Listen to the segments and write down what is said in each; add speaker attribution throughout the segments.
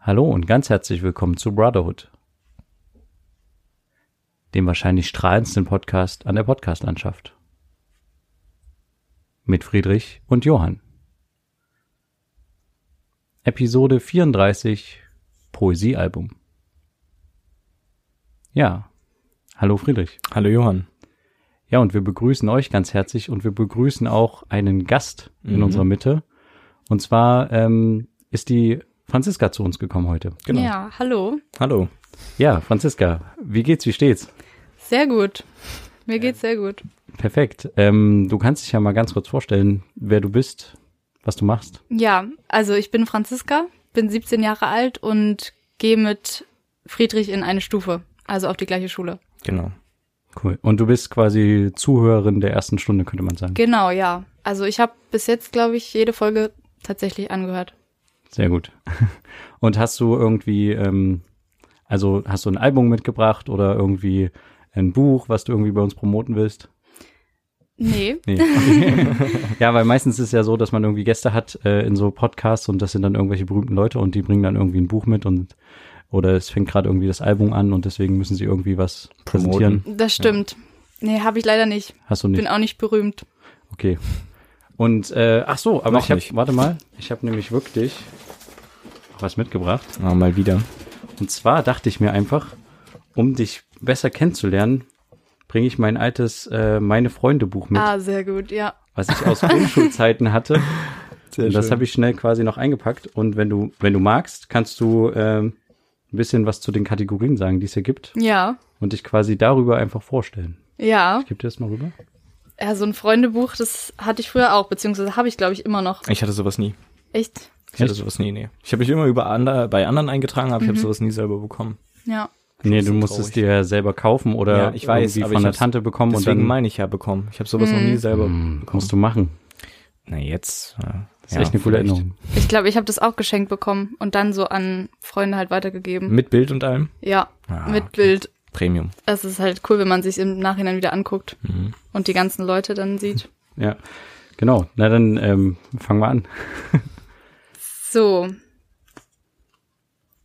Speaker 1: Hallo und ganz herzlich willkommen zu Brotherhood, dem wahrscheinlich strahlendsten Podcast an der Podcastlandschaft. Mit Friedrich und Johann. Episode 34 Poesiealbum. Ja, hallo Friedrich.
Speaker 2: Hallo Johann.
Speaker 1: Ja, und wir begrüßen euch ganz herzlich und wir begrüßen auch einen Gast in
Speaker 2: Mhm.
Speaker 1: unserer Mitte. Und zwar ähm, ist die Franziska zu uns gekommen heute.
Speaker 2: Genau.
Speaker 3: Ja, hallo.
Speaker 2: Hallo.
Speaker 1: Ja, Franziska, wie geht's, wie steht's?
Speaker 3: Sehr gut. Mir geht's sehr gut.
Speaker 1: Perfekt. Ähm, du kannst dich ja mal ganz kurz vorstellen, wer du bist, was du machst.
Speaker 3: Ja, also ich bin Franziska, bin 17 Jahre alt und gehe mit Friedrich in eine Stufe, also auf die gleiche Schule.
Speaker 2: Genau.
Speaker 1: Cool. Und du bist quasi Zuhörerin der ersten Stunde, könnte man sagen.
Speaker 3: Genau, ja. Also ich habe bis jetzt, glaube ich, jede Folge tatsächlich angehört.
Speaker 1: Sehr gut. Und hast du irgendwie, ähm, also hast du ein Album mitgebracht oder irgendwie ein Buch, was du irgendwie bei uns promoten willst?
Speaker 3: Nee,
Speaker 1: Nee. ja, weil meistens ist ja so, dass man irgendwie Gäste hat äh, in so Podcasts und das sind dann irgendwelche berühmten Leute und die bringen dann irgendwie ein Buch mit und oder es fängt gerade irgendwie das Album an und deswegen müssen sie irgendwie was präsentieren.
Speaker 3: das stimmt. Nee, habe ich leider nicht.
Speaker 1: Hast du
Speaker 3: Bin
Speaker 1: nicht?
Speaker 3: auch nicht berühmt.
Speaker 1: Okay. Und äh, ach so, aber
Speaker 2: Noch
Speaker 1: ich habe,
Speaker 2: nicht.
Speaker 1: warte mal, ich habe nämlich wirklich auch was mitgebracht.
Speaker 2: Ah, mal wieder.
Speaker 1: Und zwar dachte ich mir einfach, um dich besser kennenzulernen, bringe ich mein altes äh, meine Freunde Buch mit,
Speaker 3: Ah, sehr gut, ja.
Speaker 1: was ich aus Grundschulzeiten hatte.
Speaker 2: Sehr
Speaker 1: Und das habe ich schnell quasi noch eingepackt. Und wenn du, wenn du magst, kannst du ähm, ein bisschen was zu den Kategorien sagen, die es hier gibt.
Speaker 3: Ja,
Speaker 1: Und dich quasi darüber einfach vorstellen.
Speaker 3: ja.
Speaker 1: Ich gebe dir das mal rüber.
Speaker 3: Ja, so ein Freundebuch, das hatte ich früher auch, beziehungsweise habe ich, glaube ich, immer noch.
Speaker 2: Ich hatte sowas nie.
Speaker 3: Echt?
Speaker 2: Ich hatte
Speaker 1: Echt?
Speaker 2: sowas nie, nee. Ich habe mich immer über ander, bei anderen eingetragen, aber ich habe sowas nie selber bekommen.
Speaker 3: Ja.
Speaker 1: Nee,
Speaker 2: so
Speaker 1: du musst es
Speaker 2: traurig.
Speaker 1: dir selber kaufen oder
Speaker 2: Ja, ich weiß,
Speaker 1: irgendwie
Speaker 2: aber
Speaker 1: von
Speaker 2: ich
Speaker 1: der
Speaker 2: hab's-
Speaker 1: Tante bekommen und
Speaker 2: Deswegen
Speaker 1: dann
Speaker 2: meine ich ja bekommen. Ich habe sowas noch nie selber
Speaker 1: Hm,
Speaker 2: bekommen.
Speaker 1: musst du machen.
Speaker 2: Na jetzt. äh, Ja,
Speaker 1: Das ist echt eine coole Erinnerung.
Speaker 3: Ich glaube, ich habe das auch geschenkt bekommen und dann so an Freunde halt weitergegeben.
Speaker 2: Mit Bild und allem?
Speaker 3: ja,
Speaker 2: Hm. Ah,
Speaker 3: mit
Speaker 2: okay.
Speaker 3: Bild.
Speaker 2: Premium.
Speaker 3: Es ist halt cool, wenn man sich im Nachhinein wieder anguckt
Speaker 2: Mhm.
Speaker 3: und die ganzen Leute dann sieht.
Speaker 1: Ja, genau. Na dann ähm, fangen wir an.
Speaker 3: So.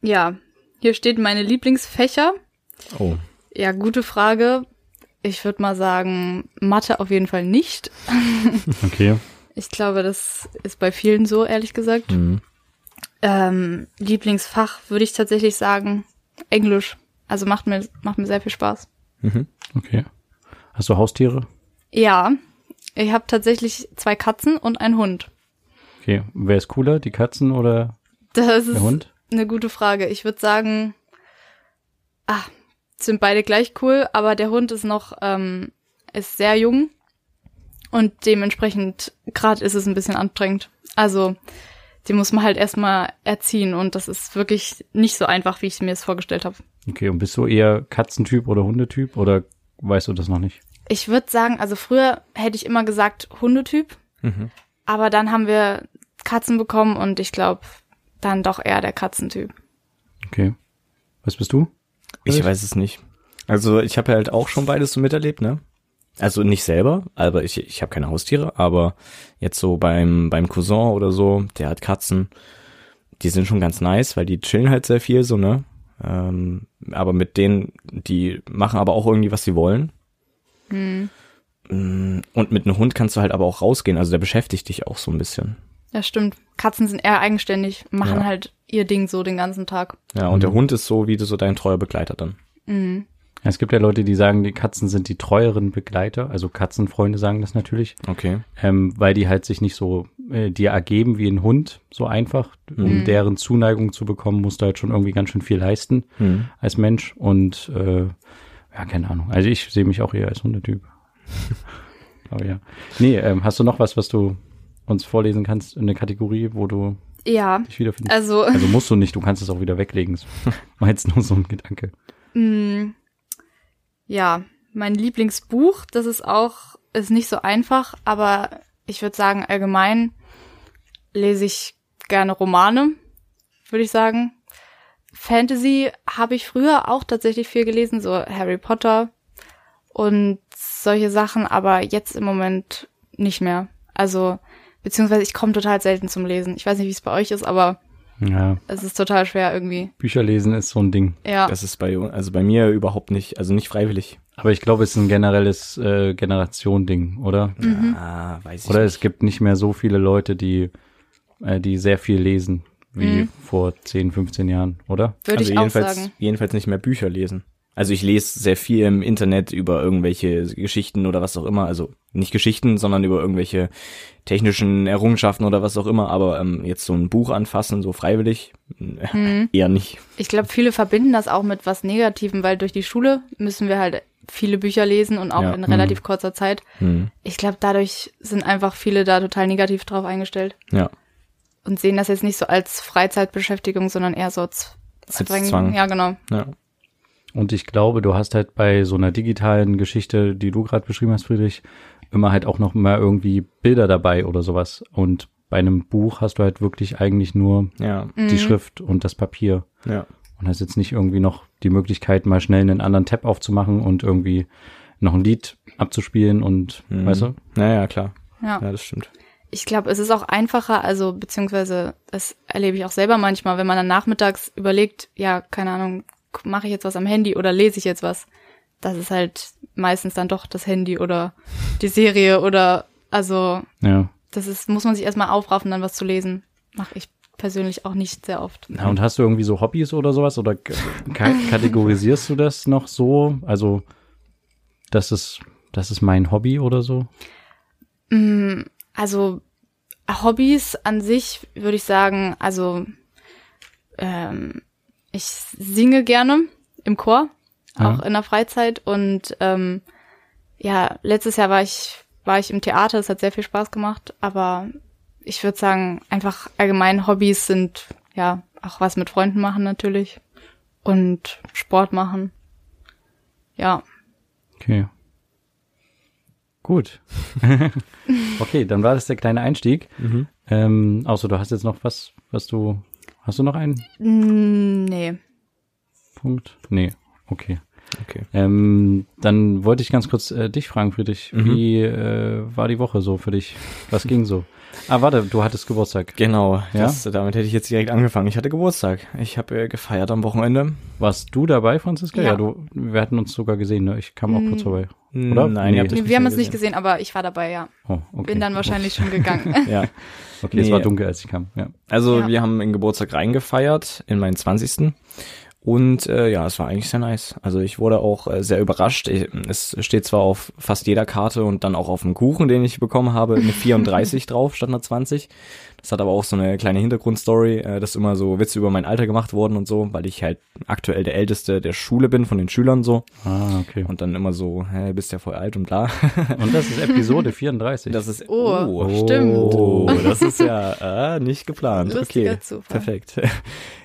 Speaker 3: Ja, hier steht meine Lieblingsfächer.
Speaker 2: Oh.
Speaker 3: Ja, gute Frage. Ich würde mal sagen, Mathe auf jeden Fall nicht.
Speaker 1: Okay.
Speaker 3: Ich glaube, das ist bei vielen so, ehrlich gesagt.
Speaker 2: Mhm.
Speaker 3: Ähm, Lieblingsfach würde ich tatsächlich sagen, Englisch. Also macht mir, macht mir sehr viel Spaß.
Speaker 2: Mhm.
Speaker 1: Okay. Hast du Haustiere?
Speaker 3: Ja, ich habe tatsächlich zwei Katzen und einen Hund.
Speaker 1: Okay. Wer ist cooler, die Katzen oder
Speaker 3: Das ist
Speaker 1: der Hund?
Speaker 3: eine gute Frage. Ich würde sagen, ah, sind beide gleich cool, aber der Hund ist noch, ähm, ist sehr jung und dementsprechend gerade ist es ein bisschen anstrengend. Also den muss man halt erstmal erziehen und das ist wirklich nicht so einfach, wie ich mir es vorgestellt habe.
Speaker 1: Okay, und bist du eher Katzentyp oder Hundetyp oder weißt du das noch nicht?
Speaker 3: Ich würde sagen, also früher hätte ich immer gesagt Hundetyp,
Speaker 2: Mhm.
Speaker 3: aber dann haben wir Katzen bekommen und ich glaube dann doch eher der Katzentyp.
Speaker 1: Okay. Was bist du?
Speaker 2: Ich
Speaker 1: Echt?
Speaker 2: weiß es nicht. Also ich habe halt auch schon beides so miterlebt, ne? Also nicht selber, aber ich, ich habe keine Haustiere, aber jetzt so beim, beim Cousin oder so, der hat Katzen, die sind schon ganz nice, weil die chillen halt sehr viel, so, ne? Ähm, aber mit denen, die machen aber auch irgendwie, was sie wollen.
Speaker 3: Hm.
Speaker 2: Mm, Und mit einem Hund kannst du halt aber auch rausgehen, also der beschäftigt dich auch so ein bisschen.
Speaker 3: Das stimmt. Katzen sind eher eigenständig, machen
Speaker 2: Ja.
Speaker 3: halt ihr Ding so den ganzen Tag.
Speaker 2: Ja, und
Speaker 1: Mhm.
Speaker 2: der Hund ist so wie du so dein treuer Begleiter dann.
Speaker 3: Hm.
Speaker 1: Ja, es gibt ja Leute, die sagen, die Katzen sind die treueren Begleiter. Also Katzenfreunde sagen das natürlich,
Speaker 2: Okay.
Speaker 1: ähm, weil die halt sich nicht so äh, dir ergeben wie ein Hund, so einfach. Um deren Zuneigung zu bekommen, musst du halt schon irgendwie ganz schön viel leisten
Speaker 2: Mhm.
Speaker 1: als Mensch. Und äh, ja, keine Ahnung. Also ich sehe mich auch eher als Hundetyp. Aber ja. Nee, ähm, hast du noch was, was du uns vorlesen kannst in der Kategorie, wo du
Speaker 3: Ja,
Speaker 1: dich wiederfindest?
Speaker 3: also
Speaker 1: Also musst du nicht, du kannst es auch wieder weglegen. Das war jetzt nur so ein Gedanke.
Speaker 3: mh, Mm, ja, mein Lieblingsbuch, das ist auch, ist nicht so einfach, aber ich würde sagen, allgemein lese ich gerne Romane, würde ich sagen. Fantasy habe ich früher auch tatsächlich viel gelesen, so Harry Potter und solche Sachen, aber jetzt im Moment nicht mehr. Also, beziehungsweise ich komme total selten zum Lesen. Ich weiß nicht, wie es bei euch ist, aber
Speaker 1: Ja,
Speaker 3: Es ist total schwer irgendwie.
Speaker 1: Bücher lesen ist so ein Ding.
Speaker 3: Ja,
Speaker 2: Das ist bei, also bei mir überhaupt nicht, also nicht freiwillig.
Speaker 1: Aber ich glaube, es ist ein generelles äh, Generation-Ding, oder?
Speaker 2: Ah, weiß ich
Speaker 1: Oder
Speaker 2: nicht.
Speaker 1: es gibt nicht mehr so viele Leute, die, äh, die sehr viel lesen, wie vor 10, 15 Jahren, oder?
Speaker 3: würde
Speaker 2: also
Speaker 3: ich auch
Speaker 2: jedenfalls,
Speaker 3: sagen.
Speaker 2: jedenfalls nicht mehr Bücher lesen. Also ich lese sehr viel im Internet über irgendwelche Geschichten oder was auch immer. Also nicht Geschichten, sondern über irgendwelche technischen Errungenschaften oder was auch immer. Aber ähm, jetzt so ein Buch anfassen, so freiwillig, äh,
Speaker 3: Mhm.
Speaker 2: eher nicht.
Speaker 3: Ich glaube, viele verbinden das auch mit was Negativem, weil durch die Schule müssen wir halt viele Bücher lesen und auch
Speaker 2: Ja,
Speaker 3: in
Speaker 2: mhm.
Speaker 3: relativ kurzer Zeit.
Speaker 2: Hm.
Speaker 3: Ich glaube, dadurch sind einfach viele da total negativ drauf eingestellt
Speaker 2: Ja,
Speaker 3: und sehen das jetzt nicht so als Freizeitbeschäftigung, sondern eher so als
Speaker 2: Als Zwang.
Speaker 3: Ja, genau.
Speaker 2: ja.
Speaker 1: Und ich glaube, du hast halt bei so einer digitalen Geschichte, die du gerade beschrieben hast, Friedrich, immer halt auch noch mal irgendwie Bilder dabei oder sowas. Und bei einem Buch hast du halt wirklich eigentlich nur
Speaker 2: Ja,
Speaker 1: die Schrift und das Papier.
Speaker 2: ja.
Speaker 1: Und hast jetzt nicht irgendwie noch die Möglichkeit, mal schnell einen anderen Tab aufzumachen und irgendwie noch ein Lied abzuspielen und,
Speaker 2: Mhm.
Speaker 1: weißt du?
Speaker 2: Naja, klar.
Speaker 3: Ja.
Speaker 2: Ja, das stimmt.
Speaker 3: Ich glaube, es ist auch einfacher, also beziehungsweise das erlebe ich auch selber manchmal, wenn man dann nachmittags überlegt, ja, keine Ahnung, mache ich jetzt was am Handy oder lese ich jetzt was? Das ist halt meistens dann doch das Handy oder die Serie oder also
Speaker 1: Ja.
Speaker 3: das ist, muss man sich erstmal aufraffen, dann was zu lesen. Mache ich persönlich auch nicht sehr oft.
Speaker 1: Na, und hast du irgendwie so Hobbys oder sowas? Oder k- ka- kategorisierst du das noch so? Also, das ist, das ist mein Hobby oder so?
Speaker 3: Mm, Also Hobbys an sich würde ich sagen, also ähm, ich singe gerne im Chor,
Speaker 1: Ja.
Speaker 3: auch in der Freizeit und ähm, ja, letztes Jahr war ich war ich im Theater, das hat sehr viel Spaß gemacht, aber ich würde sagen, einfach allgemein Hobbys sind ja auch was mit Freunden machen natürlich und Sport machen. Ja,
Speaker 1: Okay. Gut. okay, dann war das der kleine Einstieg. Ähm, außer du hast jetzt noch was, was du. Hast du noch einen
Speaker 3: Mm, nee.
Speaker 1: Punkt? Nee. Okay.
Speaker 2: Okay.
Speaker 1: Ähm, dann wollte ich ganz kurz äh, dich fragen, Friedrich.
Speaker 2: Mhm.
Speaker 1: Wie äh, war die Woche so für dich? Was ging so? Ah, warte, du hattest Geburtstag.
Speaker 2: Genau,
Speaker 1: Ja?
Speaker 2: das, damit hätte ich jetzt direkt angefangen. Ich hatte Geburtstag. Ich habe äh, gefeiert am Wochenende.
Speaker 1: Warst du dabei, Franziska?
Speaker 3: Ja. Mm.
Speaker 1: du, wir hatten uns sogar gesehen, ne? Ich kam auch kurz vorbei. Oder?
Speaker 2: Mm, Nein, ihr habt euch
Speaker 3: Wir haben
Speaker 2: mehr
Speaker 3: uns nicht gesehen, aber ich war dabei, ja.
Speaker 1: Oh, okay.
Speaker 3: Bin dann wahrscheinlich schon gegangen.
Speaker 2: Ja.
Speaker 1: Okay, es war
Speaker 2: Nee.
Speaker 1: dunkel, als ich kam. Ja.
Speaker 2: Also
Speaker 3: Ja.
Speaker 2: wir haben den Geburtstag reingefeiert, in meinen 20. Und äh, ja, es war eigentlich sehr nice. Also ich wurde auch äh, sehr überrascht. Ich, es steht zwar auf fast jeder Karte und dann auch auf dem Kuchen, den ich bekommen habe, eine 34 drauf statt einer 20. Das hat aber auch so eine kleine Hintergrundstory, äh, dass immer so Witze über mein Alter gemacht wurden und so, weil ich halt aktuell der Älteste der Schule bin von den Schülern so.
Speaker 1: Ah, okay.
Speaker 2: Und dann immer so, hä, bist ja voll alt und bla.
Speaker 1: Und das ist Episode 34.
Speaker 2: Das ist
Speaker 3: Oh, stimmt.
Speaker 2: Oh, das ist ja äh, nicht geplant.
Speaker 3: Lustiger
Speaker 2: okay,
Speaker 3: Zufall.
Speaker 2: perfekt.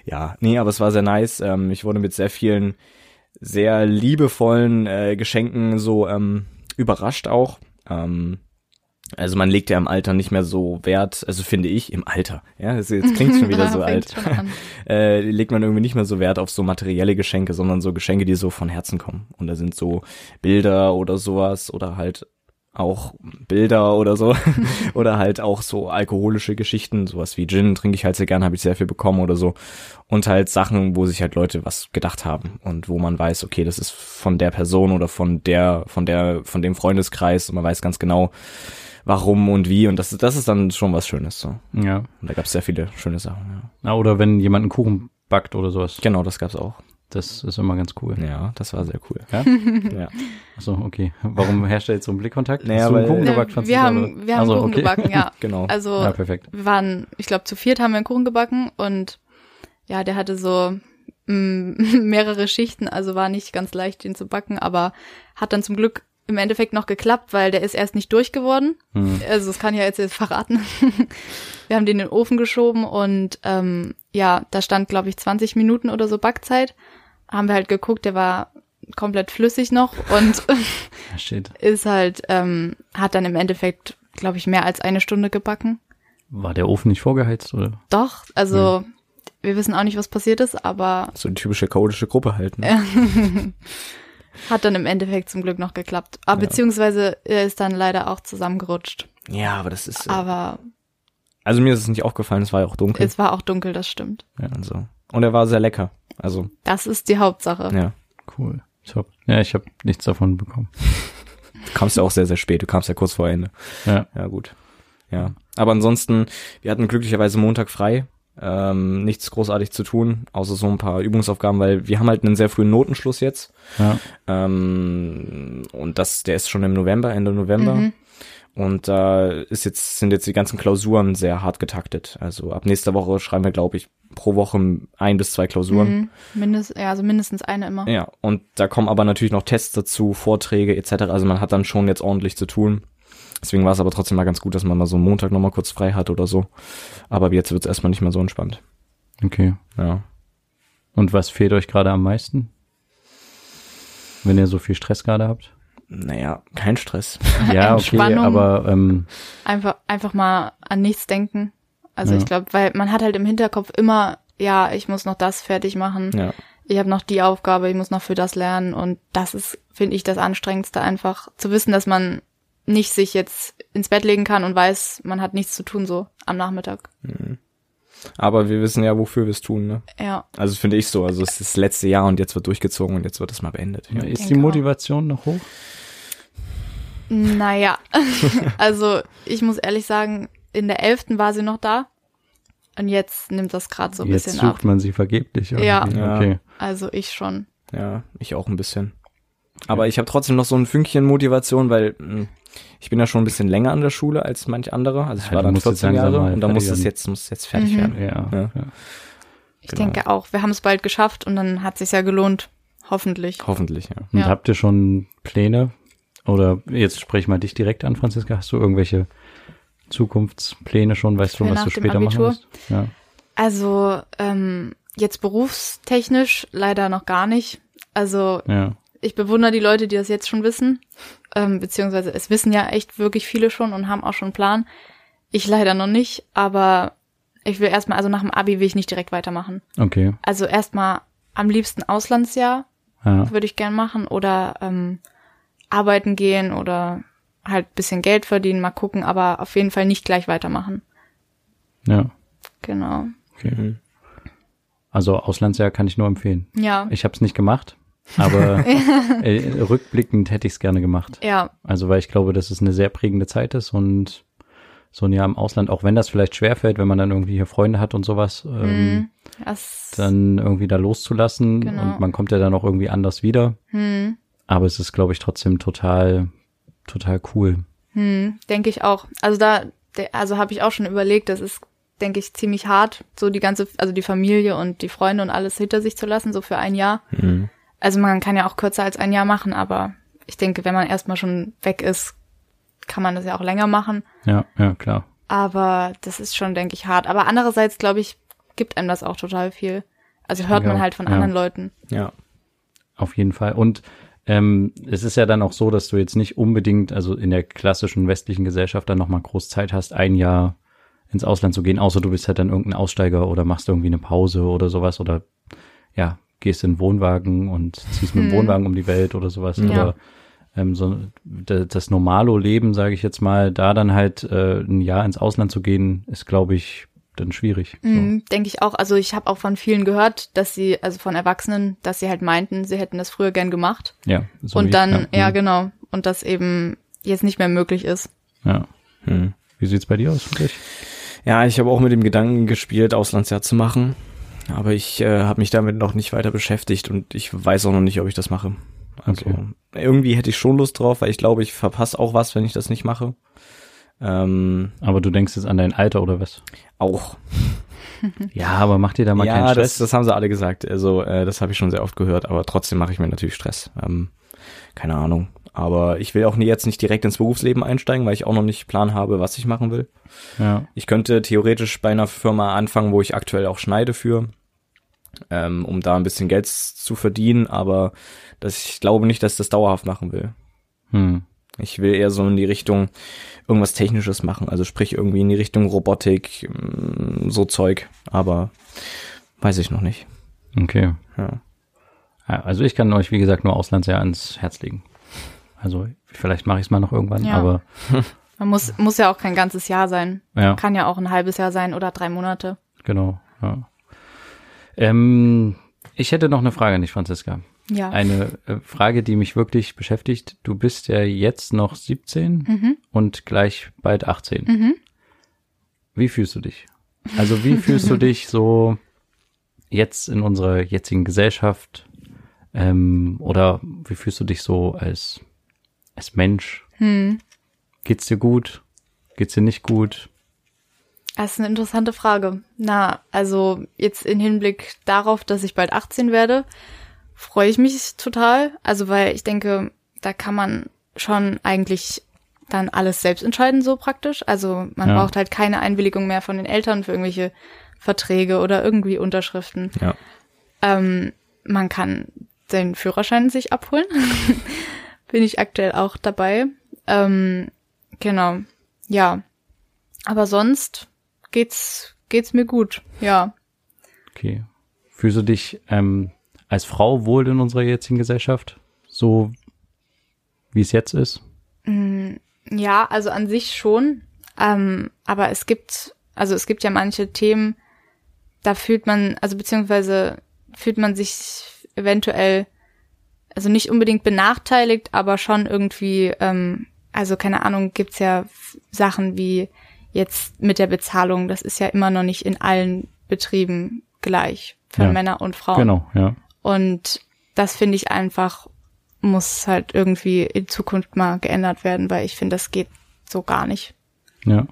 Speaker 2: Ja, nee, aber es war sehr nice. Ähm, ich wurde mit sehr vielen sehr liebevollen äh, Geschenken so ähm, überrascht auch. Ähm, also man legt ja im Alter nicht mehr so Wert, also finde ich, im Alter. Ja, das, jetzt klingt schon wieder
Speaker 3: Da
Speaker 2: so alt.
Speaker 3: fängt's schon an.
Speaker 2: äh, legt man irgendwie nicht mehr so Wert auf so materielle Geschenke, sondern so Geschenke, die so von Herzen kommen. Und da sind so Bilder oder sowas oder halt auch Bilder oder so oder halt auch so alkoholische Geschichten, sowas wie Gin trinke ich halt sehr gern, habe ich sehr viel bekommen oder so und halt Sachen, wo sich halt Leute was gedacht haben und wo man weiß, okay, das ist von der Person oder von der von der von dem Freundeskreis und man weiß ganz genau warum und wie und das ist das ist dann schon was schönes so.
Speaker 1: ja.
Speaker 2: Und da gab es sehr viele schöne Sachen, ja.
Speaker 1: Na, oder wenn jemand einen Kuchen backt oder sowas.
Speaker 2: Genau, das gab's auch.
Speaker 1: Das ist immer ganz cool.
Speaker 2: Ja, das war sehr cool.
Speaker 1: Ja?
Speaker 2: Ja.
Speaker 1: Achso, okay. Warum herrscht da jetzt so ein Blickkontakt?
Speaker 2: Naja,
Speaker 1: Hast du einen
Speaker 2: weil-
Speaker 1: Kuchen
Speaker 2: Ja,
Speaker 1: gebackt,
Speaker 3: Äh, wir
Speaker 1: Franziska?
Speaker 3: haben,
Speaker 1: oder?
Speaker 3: wir haben
Speaker 1: Also,
Speaker 3: Kuchen
Speaker 1: okay.
Speaker 3: gebacken, ja.
Speaker 2: Genau.
Speaker 3: Also
Speaker 1: Ja, perfekt.
Speaker 3: wir waren, ich glaube, zu viert haben wir einen Kuchen gebacken und ja, der hatte so mm, mehrere Schichten, also war nicht ganz leicht, den zu backen, aber hat dann zum Glück im Endeffekt noch geklappt, weil der ist erst nicht durch geworden.
Speaker 1: Hm.
Speaker 3: Also das kann ich ja jetzt, jetzt verraten. wir haben den in den Ofen geschoben und ähm, ja, da stand, glaube ich, 20 Minuten oder so Backzeit. Haben wir halt geguckt, der war komplett flüssig noch und
Speaker 1: Ah, shit.
Speaker 3: ist halt, ähm, hat dann im Endeffekt, glaube ich, mehr als eine Stunde gebacken.
Speaker 1: War der Ofen nicht vorgeheizt, oder?
Speaker 3: Doch, also wir wissen auch nicht, was passiert ist, aber
Speaker 2: So eine typische chaotische Gruppe halt. Ne?
Speaker 3: hat dann im Endeffekt zum Glück noch geklappt. Ah, Aber beziehungsweise er ist dann leider auch zusammengerutscht.
Speaker 2: Ja, aber das ist. äh,
Speaker 3: Aber
Speaker 2: Also mir ist es nicht aufgefallen, es war ja auch dunkel.
Speaker 3: Es war auch dunkel, das stimmt.
Speaker 2: Ja, also. Und er war sehr lecker. Also,
Speaker 3: Das ist die Hauptsache.
Speaker 2: ja.
Speaker 1: Cool. Top. Ja, ich habe nichts davon bekommen.
Speaker 2: Du kamst ja auch sehr, sehr spät. Du kamst ja kurz vor Ende.
Speaker 1: Ja.
Speaker 2: Ja, gut. Ja. Aber ansonsten, wir hatten glücklicherweise Montag frei. Ähm, nichts großartig zu tun, außer so ein paar Übungsaufgaben, weil wir haben halt einen sehr frühen Notenschluss jetzt.
Speaker 1: ja.
Speaker 2: Ähm, und das, der ist schon im November, Ende November.
Speaker 3: Mhm.
Speaker 2: Und da ist jetzt, sind jetzt die ganzen Klausuren sehr hart getaktet. Also ab nächster Woche schreiben wir, glaube ich, pro Woche ein bis zwei Klausuren.
Speaker 3: Mhm. Mindest, ja, also mindestens eine immer.
Speaker 2: Ja, und da kommen aber natürlich noch Tests dazu, Vorträge etc. Also man hat dann schon jetzt ordentlich zu tun. Deswegen war es aber trotzdem mal ganz gut, dass man mal so einen Montag nochmal kurz frei hat oder so. Aber jetzt wird es erstmal nicht mehr so entspannt.
Speaker 1: Okay.
Speaker 2: Ja.
Speaker 1: Und was fehlt euch gerade am meisten? Wenn ihr so viel Stress gerade habt?
Speaker 2: Naja, kein Stress.
Speaker 1: Ja, okay,
Speaker 3: Entspannung.
Speaker 1: aber ähm,
Speaker 3: Einfach, einfach mal an nichts denken. Also
Speaker 1: Ja.
Speaker 3: ich glaube, weil man hat halt im Hinterkopf immer, ja, ich muss noch das fertig machen.
Speaker 2: Ja.
Speaker 3: ich habe noch die Aufgabe, ich muss noch für das lernen und das ist, finde ich, das Anstrengendste einfach zu wissen, dass man nicht sich jetzt ins Bett legen kann und weiß, man hat nichts zu tun so am Nachmittag.
Speaker 2: Aber wir wissen ja, wofür wir es tun, ne?
Speaker 3: Ja,
Speaker 2: Also finde ich so. Also es ist das letzte Jahr und jetzt wird durchgezogen und jetzt wird es mal beendet. Ja.
Speaker 1: ist die
Speaker 3: denke auch.
Speaker 1: Motivation noch hoch?
Speaker 3: naja, also ich muss ehrlich sagen, in der elften war sie noch da und jetzt nimmt das gerade so ein
Speaker 1: Jetzt
Speaker 3: bisschen
Speaker 1: sucht
Speaker 3: ab.
Speaker 1: man sie vergeblich.
Speaker 3: Ja.
Speaker 1: irgendwie.
Speaker 2: Ja.
Speaker 1: Okay.
Speaker 3: Also ich schon.
Speaker 2: Ja, ich auch ein bisschen. Aber ich habe trotzdem noch so ein Fünkchen Motivation, weil mh, ich bin ja schon ein bisschen länger an der Schule als manch andere. Also ich
Speaker 1: Ja,
Speaker 2: war
Speaker 1: du
Speaker 2: dann
Speaker 1: musst jetzt
Speaker 2: 14
Speaker 1: langsam
Speaker 2: Jahre
Speaker 1: mal
Speaker 2: und da muss
Speaker 1: fertig
Speaker 2: es
Speaker 1: werden.
Speaker 2: jetzt, muss es jetzt fertig
Speaker 3: Mhm.
Speaker 2: werden.
Speaker 1: Ja.
Speaker 2: Ja.
Speaker 1: ja.
Speaker 3: Ich
Speaker 2: Genau.
Speaker 3: denke auch, wir haben es bald geschafft und dann hat sich's ja gelohnt, hoffentlich.
Speaker 2: Hoffentlich, ja.
Speaker 1: Und
Speaker 3: Ja.
Speaker 1: habt ihr schon Pläne? Oder jetzt sprech ich mal dich direkt an, Franziska. Hast du irgendwelche Zukunftspläne schon? Weißt du,
Speaker 3: Für
Speaker 1: was du
Speaker 3: nach dem
Speaker 1: später machen
Speaker 3: Abitur?
Speaker 1: wirst? Ja.
Speaker 3: Also ähm, jetzt berufstechnisch leider noch gar nicht. Also
Speaker 1: ja.
Speaker 3: ich bewundere die Leute, die das jetzt schon wissen, ähm, beziehungsweise es wissen ja echt wirklich viele schon und haben auch schon einen Plan. Ich leider noch nicht, aber ich will erstmal, also nach dem Abi will ich nicht direkt weitermachen.
Speaker 1: Okay.
Speaker 3: Also erstmal am liebsten Auslandsjahr
Speaker 1: Ja.
Speaker 3: würde ich gern machen oder ähm, arbeiten gehen oder halt bisschen Geld verdienen, mal gucken, aber auf jeden Fall nicht gleich weitermachen.
Speaker 1: ja.
Speaker 3: Genau.
Speaker 1: Okay.
Speaker 2: Mhm.
Speaker 1: Also Auslandsjahr kann ich nur empfehlen.
Speaker 3: Ja,
Speaker 1: Ich habe es nicht gemacht, aber äh, rückblickend hätte ich es gerne gemacht.
Speaker 3: ja,
Speaker 1: Also weil ich glaube, dass es eine sehr prägende Zeit ist und so ein Jahr im Ausland, auch wenn das vielleicht schwerfällt, wenn man dann irgendwie hier Freunde hat und sowas, ähm,
Speaker 3: Mhm. das,
Speaker 1: dann irgendwie da loszulassen
Speaker 3: Genau.
Speaker 1: und man kommt ja dann auch irgendwie anders wieder.
Speaker 3: hm,
Speaker 1: Aber es ist, glaube ich, trotzdem total, total cool.
Speaker 3: hm, denke ich auch. Also da, de- also habe ich auch schon überlegt, das ist, denke ich, ziemlich hart, so die ganze, also die Familie und die Freunde und alles hinter sich zu lassen, so für ein Jahr.
Speaker 2: Mhm.
Speaker 3: Also man kann ja auch kürzer als ein Jahr machen, aber ich denke, wenn man erstmal schon weg ist, kann man das ja auch länger machen.
Speaker 1: Ja, ja, klar.
Speaker 3: Aber das ist schon, denke ich, hart. Aber andererseits, glaube ich, gibt einem das auch total viel. Also hört
Speaker 1: denke
Speaker 3: man
Speaker 1: auch,
Speaker 3: halt von
Speaker 1: ja.
Speaker 3: anderen Leuten.
Speaker 2: Ja.
Speaker 1: Auf jeden Fall. Und ähm, es ist ja dann auch so, dass du jetzt nicht unbedingt, also in der klassischen westlichen Gesellschaft dann nochmal groß Zeit hast, ein Jahr ins Ausland zu gehen, außer du bist halt dann irgendein Aussteiger oder machst irgendwie eine Pause oder sowas oder ja, gehst in den Wohnwagen und ziehst mit dem
Speaker 3: Hm.
Speaker 1: Wohnwagen um die Welt oder sowas.
Speaker 2: Ja.
Speaker 1: Aber ähm, so da- das Normalo-Leben, sage ich jetzt mal, da dann halt äh, ein Jahr ins Ausland zu gehen, ist, glaube ich, dann schwierig. So.
Speaker 3: Mhm, denke ich auch. Also ich habe auch von vielen gehört, dass sie, also von Erwachsenen, dass sie halt meinten, sie hätten das früher gern gemacht.
Speaker 1: Ja, so wie-
Speaker 3: und dann, ja,
Speaker 1: ja, mhm.
Speaker 3: genau. Und das eben jetzt nicht mehr möglich ist.
Speaker 1: ja.
Speaker 2: Mhm.
Speaker 1: Wie sieht's bei dir aus, Friedrich?
Speaker 2: Ja, ich habe auch mit dem Gedanken gespielt, Auslandsjahr zu machen. Aber ich äh, habe mich damit noch nicht weiter beschäftigt und ich weiß auch noch nicht, ob ich das mache. Also
Speaker 1: Okay.
Speaker 2: irgendwie hätte ich schon Lust drauf, weil ich glaube, ich verpasse auch was, wenn ich das nicht mache. Ähm,
Speaker 1: Aber du denkst jetzt an dein Alter oder was?
Speaker 2: auch.
Speaker 1: Ja, aber mach dir da mal keinen
Speaker 2: ja, das,
Speaker 1: Stress.
Speaker 2: das haben sie alle gesagt. Also äh, das habe ich schon sehr oft gehört, aber trotzdem mache ich mir natürlich Stress. Ähm, keine Ahnung. Aber ich will auch nie- jetzt nicht direkt ins Berufsleben einsteigen, weil ich auch noch nicht Plan habe, was ich machen will.
Speaker 1: ja,
Speaker 2: Ich könnte theoretisch bei einer Firma anfangen, wo ich aktuell auch schneide für, ähm, um da ein bisschen Geld zu verdienen, aber das, ich glaube nicht, dass ich das dauerhaft machen will.
Speaker 1: hm.
Speaker 2: Ich will eher so in die Richtung irgendwas Technisches machen, also sprich irgendwie in die Richtung Robotik, mm, so Zeug, aber weiß ich noch nicht.
Speaker 1: okay.
Speaker 2: Ja.
Speaker 1: Ja, Also ich kann euch, wie gesagt, nur Auslandsjahr ans Herz legen. Also vielleicht mache ich es mal noch irgendwann,
Speaker 3: Ja.
Speaker 1: aber
Speaker 3: Man muss, muss ja auch kein ganzes Jahr sein.
Speaker 1: Ja,
Speaker 3: Kann ja auch ein halbes Jahr sein oder drei Monate.
Speaker 1: genau. Ja. Ähm, ich hätte noch eine Frage an dich, Franziska.
Speaker 3: Ja.
Speaker 1: Eine äh, Frage, die mich wirklich beschäftigt. Du bist ja jetzt noch 17
Speaker 3: mhm.
Speaker 1: und gleich bald 18.
Speaker 3: Mhm.
Speaker 1: Wie fühlst du dich? Also wie fühlst du dich so jetzt in unserer jetzigen Gesellschaft? Ähm, oder wie fühlst du dich so als, als Mensch?
Speaker 3: Hm.
Speaker 1: Geht's dir gut? Geht's dir nicht gut?
Speaker 3: Das ist eine interessante Frage. Na, also jetzt im Hinblick darauf, dass ich bald 18 werde, freue ich mich total. Also weil ich denke, da kann man schon eigentlich dann alles selbst entscheiden, so praktisch. Also man
Speaker 1: Ja.
Speaker 3: braucht halt keine Einwilligung mehr von den Eltern für irgendwelche Verträge oder irgendwie Unterschriften.
Speaker 2: Ja.
Speaker 3: Ähm, man kann den Führerschein sich abholen. Bin ich aktuell auch dabei. Ähm, genau. Ja. Aber sonst geht's, geht's mir gut. Ja.
Speaker 1: Okay. Fühlst du dich ähm, als Frau wohl in unserer jetzigen Gesellschaft? So wie es jetzt ist?
Speaker 3: Ja, also an sich schon. Ähm, aber es gibt, also es gibt ja manche Themen, da fühlt man, also beziehungsweise fühlt man sich eventuell, also nicht unbedingt benachteiligt, aber schon irgendwie, ähm, also keine Ahnung, gibt's ja f- Sachen wie jetzt mit der Bezahlung, das ist ja immer noch nicht in allen Betrieben gleich für
Speaker 1: Ja.
Speaker 3: Männer und Frauen.
Speaker 1: Genau, ja.
Speaker 3: Und das finde ich einfach, muss halt irgendwie in Zukunft mal geändert werden, weil ich finde, das geht so gar nicht.
Speaker 1: Ja.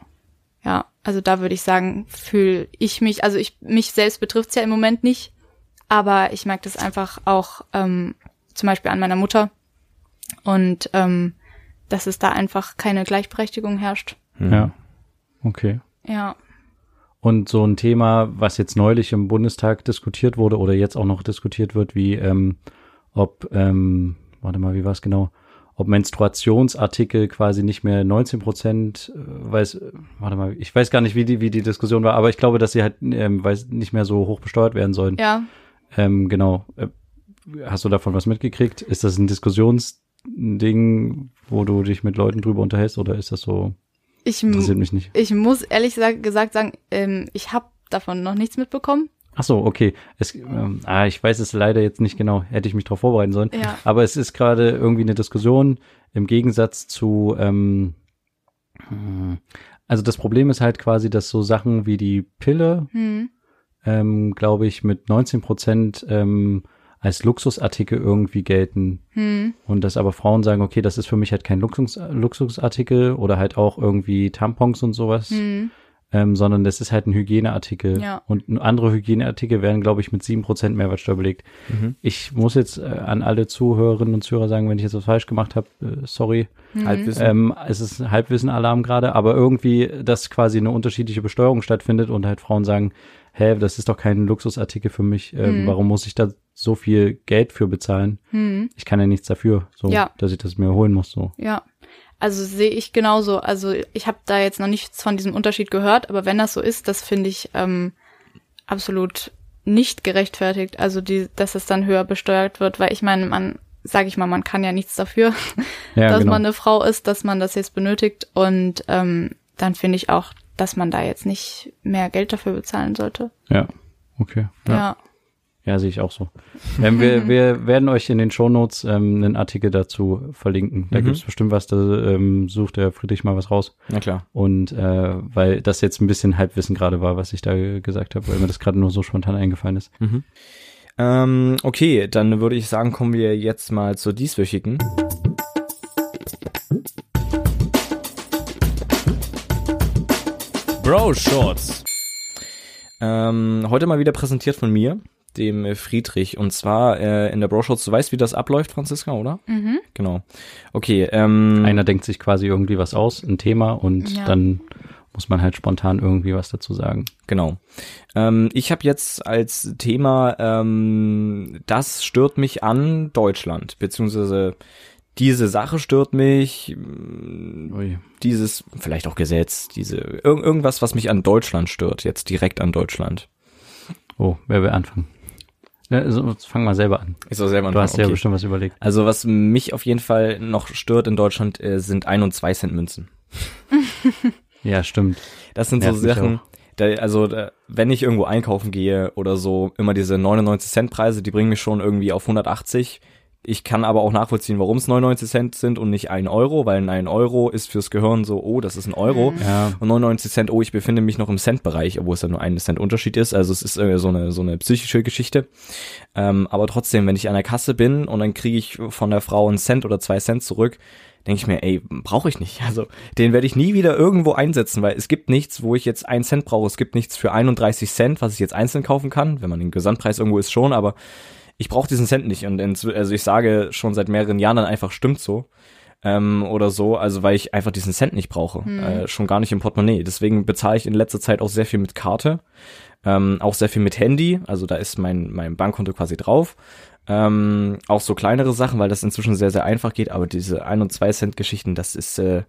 Speaker 3: Ja, also da würde ich sagen, fühle ich mich, also ich, mich selbst betrifft's ja im Moment nicht, aber ich merke das einfach auch ähm, zum Beispiel an meiner Mutter und ähm, dass es da einfach keine Gleichberechtigung herrscht.
Speaker 2: Mhm. Hm.
Speaker 1: Ja. Okay.
Speaker 3: Ja.
Speaker 1: Und so ein Thema, was jetzt neulich im Bundestag diskutiert wurde oder jetzt auch noch diskutiert wird, wie ähm, ob, ähm, warte mal, wie war es genau, ob Menstruationsartikel quasi nicht mehr 19 Prozent, äh, weiß, warte mal, ich weiß gar nicht, wie die, wie die Diskussion war, aber ich glaube, dass sie halt ähm, weiß, nicht mehr so hoch besteuert werden sollen.
Speaker 3: Ja,
Speaker 1: Ähm, genau. Äh, Hast du davon was mitgekriegt? Ist das ein Diskussionsding, wo du dich mit Leuten drüber unterhältst oder ist das so?
Speaker 3: ich,
Speaker 1: Interessiert
Speaker 3: m-
Speaker 1: mich nicht.
Speaker 3: ich muss ehrlich sa- gesagt sagen, ähm, ich habe davon noch nichts mitbekommen.
Speaker 1: Ach so, okay. Es, ähm, ah, ich weiß es leider jetzt nicht genau. Hätte ich mich darauf vorbereiten sollen.
Speaker 3: Ja.
Speaker 1: Aber es ist gerade irgendwie eine Diskussion im Gegensatz zu. Ähm, hm, also das Problem ist halt quasi, dass so Sachen wie die Pille,
Speaker 3: Hm.
Speaker 1: ähm, glaube ich, mit 19 Prozent ähm, als Luxusartikel irgendwie gelten.
Speaker 3: Hm.
Speaker 1: Und dass aber Frauen sagen, okay, das ist für mich halt kein Luxus, Luxusartikel oder halt auch irgendwie Tampons und sowas
Speaker 3: Hm.
Speaker 1: ähm, sondern das ist halt ein Hygieneartikel.
Speaker 3: Ja.
Speaker 1: Und n- andere Hygieneartikel werden, glaube ich, mit 7% Mehrwertsteuer belegt.
Speaker 2: Mhm.
Speaker 1: Ich muss jetzt äh, an alle Zuhörerinnen und Zuhörer sagen, wenn ich jetzt was falsch gemacht habe, äh, sorry.
Speaker 3: hm.
Speaker 2: Halbwissen.
Speaker 1: Ähm, es ist ein Halbwissen-Alarm gerade, aber irgendwie, dass quasi eine unterschiedliche Besteuerung stattfindet und halt Frauen sagen, hä, das ist doch kein Luxusartikel für mich, ähm,
Speaker 3: Mhm.
Speaker 1: warum muss ich da so viel Geld für bezahlen?
Speaker 3: Hm.
Speaker 1: Ich kann ja nichts dafür, so,
Speaker 3: Ja.
Speaker 1: dass ich das mir holen muss, so.
Speaker 3: Ja, also sehe ich genauso. Also ich habe da jetzt noch nichts von diesem Unterschied gehört, aber wenn das so ist, das finde ich ähm, absolut nicht gerechtfertigt. Also die, dass es dann höher besteuert wird, weil ich meine, man, sage ich mal, man kann ja nichts dafür,
Speaker 1: Ja,
Speaker 3: dass
Speaker 1: genau.
Speaker 3: man eine Frau ist, dass man das jetzt benötigt und ähm, dann finde ich auch, dass man da jetzt nicht mehr Geld dafür bezahlen sollte.
Speaker 1: ja. Okay.
Speaker 3: Ja,
Speaker 1: Ja, sehe ich auch so. Ähm, wir, wir werden euch in den Shownotes ähm, einen Artikel dazu verlinken. Da
Speaker 2: Mhm.
Speaker 1: gibt's bestimmt was, da ähm, sucht der Friedrich mal was raus.
Speaker 2: Na klar.
Speaker 1: Und äh, weil das jetzt ein bisschen Halbwissen gerade war, was ich da ge- gesagt habe, weil mir das gerade nur so spontan eingefallen ist.
Speaker 2: Mhm. Ähm, okay, dann würde ich sagen, kommen wir jetzt mal zur dieswöchigen. Bro Shorts. Ähm, heute mal wieder präsentiert von mir, dem äh, Friedrich. Und zwar äh, in der Bro Shorts. Du weißt, wie das abläuft, Franziska, oder?
Speaker 3: Mhm.
Speaker 2: Genau. Okay. Ähm,
Speaker 1: Einer denkt sich quasi irgendwie was aus, ein Thema, und
Speaker 3: Ja.
Speaker 1: dann muss man halt spontan irgendwie was dazu sagen.
Speaker 2: Genau. Ähm, ich habe jetzt als Thema, ähm, das stört mich an Deutschland, beziehungsweise diese Sache stört mich,
Speaker 1: Ui.
Speaker 2: dieses, vielleicht auch Gesetz, diese, irg irgendwas, was mich an Deutschland stört, jetzt direkt an Deutschland.
Speaker 1: Oh, wer will anfangen? Ja, also, fang mal selber an.
Speaker 2: Ist auch selber
Speaker 1: Du hast ja bestimmt was überlegt.
Speaker 2: Also was mich auf jeden Fall noch stört in Deutschland, äh, sind 1- und 2 Cent Münzen.
Speaker 1: Ja, stimmt.
Speaker 2: Das sind
Speaker 1: Nervt
Speaker 2: so
Speaker 1: mich
Speaker 2: Sachen, da, also da, wenn ich irgendwo einkaufen gehe oder so, immer diese 99 Cent Preise, die bringen mich schon irgendwie auf 180. Ich kann aber auch nachvollziehen, warum es 99 Cent sind und nicht ein Euro, weil ein Euro ist fürs Gehirn so, oh, das ist ein Euro.
Speaker 1: Ja.
Speaker 2: Und 99 Cent, oh, ich befinde mich noch im Cent-Bereich, obwohl es dann nur ein Cent Unterschied ist. Also es ist irgendwie so eine, so eine psychische Geschichte. Ähm, aber trotzdem, wenn ich an der Kasse bin und dann kriege ich von der Frau einen Cent oder zwei Cent zurück, denke ich mir, ey, brauche ich nicht. Also den werde ich nie wieder irgendwo einsetzen, weil es gibt nichts, wo ich jetzt einen Cent brauche. Es gibt nichts für 31 Cent, was ich jetzt einzeln kaufen kann. Wenn man den Gesamtpreis irgendwo ist schon, aber ich brauche diesen Cent nicht. Und ins- also ich sage schon seit mehreren Jahren dann einfach, stimmt so. Ähm, oder so, also weil ich einfach diesen Cent nicht brauche. Äh, schon gar nicht im Portemonnaie. Deswegen bezahle ich in letzter Zeit auch sehr viel mit Karte. Ähm, auch sehr viel mit Handy, also da ist mein, mein Bankkonto quasi drauf. Ähm, auch so kleinere Sachen, weil das inzwischen sehr, sehr einfach geht, aber diese 1 und 2 Cent Geschichten, das ist äh,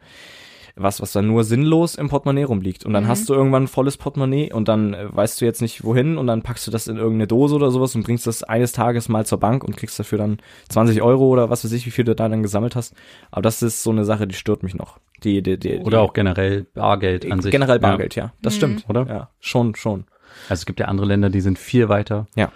Speaker 2: was, was dann nur sinnlos im Portemonnaie rumliegt. Und
Speaker 1: Mhm.
Speaker 2: dann hast du irgendwann ein volles Portemonnaie und dann äh, weißt du jetzt nicht wohin und dann packst du das in irgendeine Dose oder sowas und bringst das eines Tages mal zur Bank und kriegst dafür dann 20 Euro oder was weiß ich, wie viel du da dann gesammelt hast. Aber das ist so eine Sache, die stört mich noch. Die, die, die,
Speaker 1: Oder auch generell Bargeld
Speaker 2: die,
Speaker 1: an sich.
Speaker 2: generell Bargeld, ja. Das stimmt,
Speaker 1: Oder?
Speaker 2: Ja, schon, schon.
Speaker 1: Ja. Also es gibt ja andere Länder, die sind viel weiter.
Speaker 2: Ja.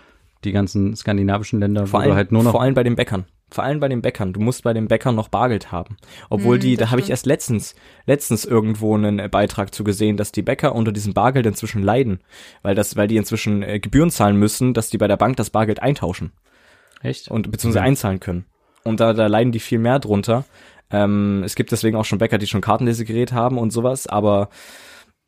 Speaker 1: Die ganzen skandinavischen Länder,
Speaker 2: Vor
Speaker 1: wo
Speaker 2: allem,
Speaker 1: du halt nur noch
Speaker 2: vor allem bei den Bäckern. Vor allem bei den Bäckern. Du musst bei den Bäckern noch Bargeld haben. Obwohl die, da habe ich erst letztens, letztens irgendwo einen äh, Beitrag zu gesehen, dass die Bäcker unter diesem Bargeld inzwischen leiden. Weil das, weil die inzwischen äh, Gebühren zahlen müssen, dass die bei der Bank das Bargeld eintauschen
Speaker 1: echt
Speaker 2: und beziehungsweise einzahlen können. Und da, da leiden die viel mehr drunter. Ähm, es gibt deswegen auch schon Bäcker, die schon Kartenlesegerät haben und sowas, aber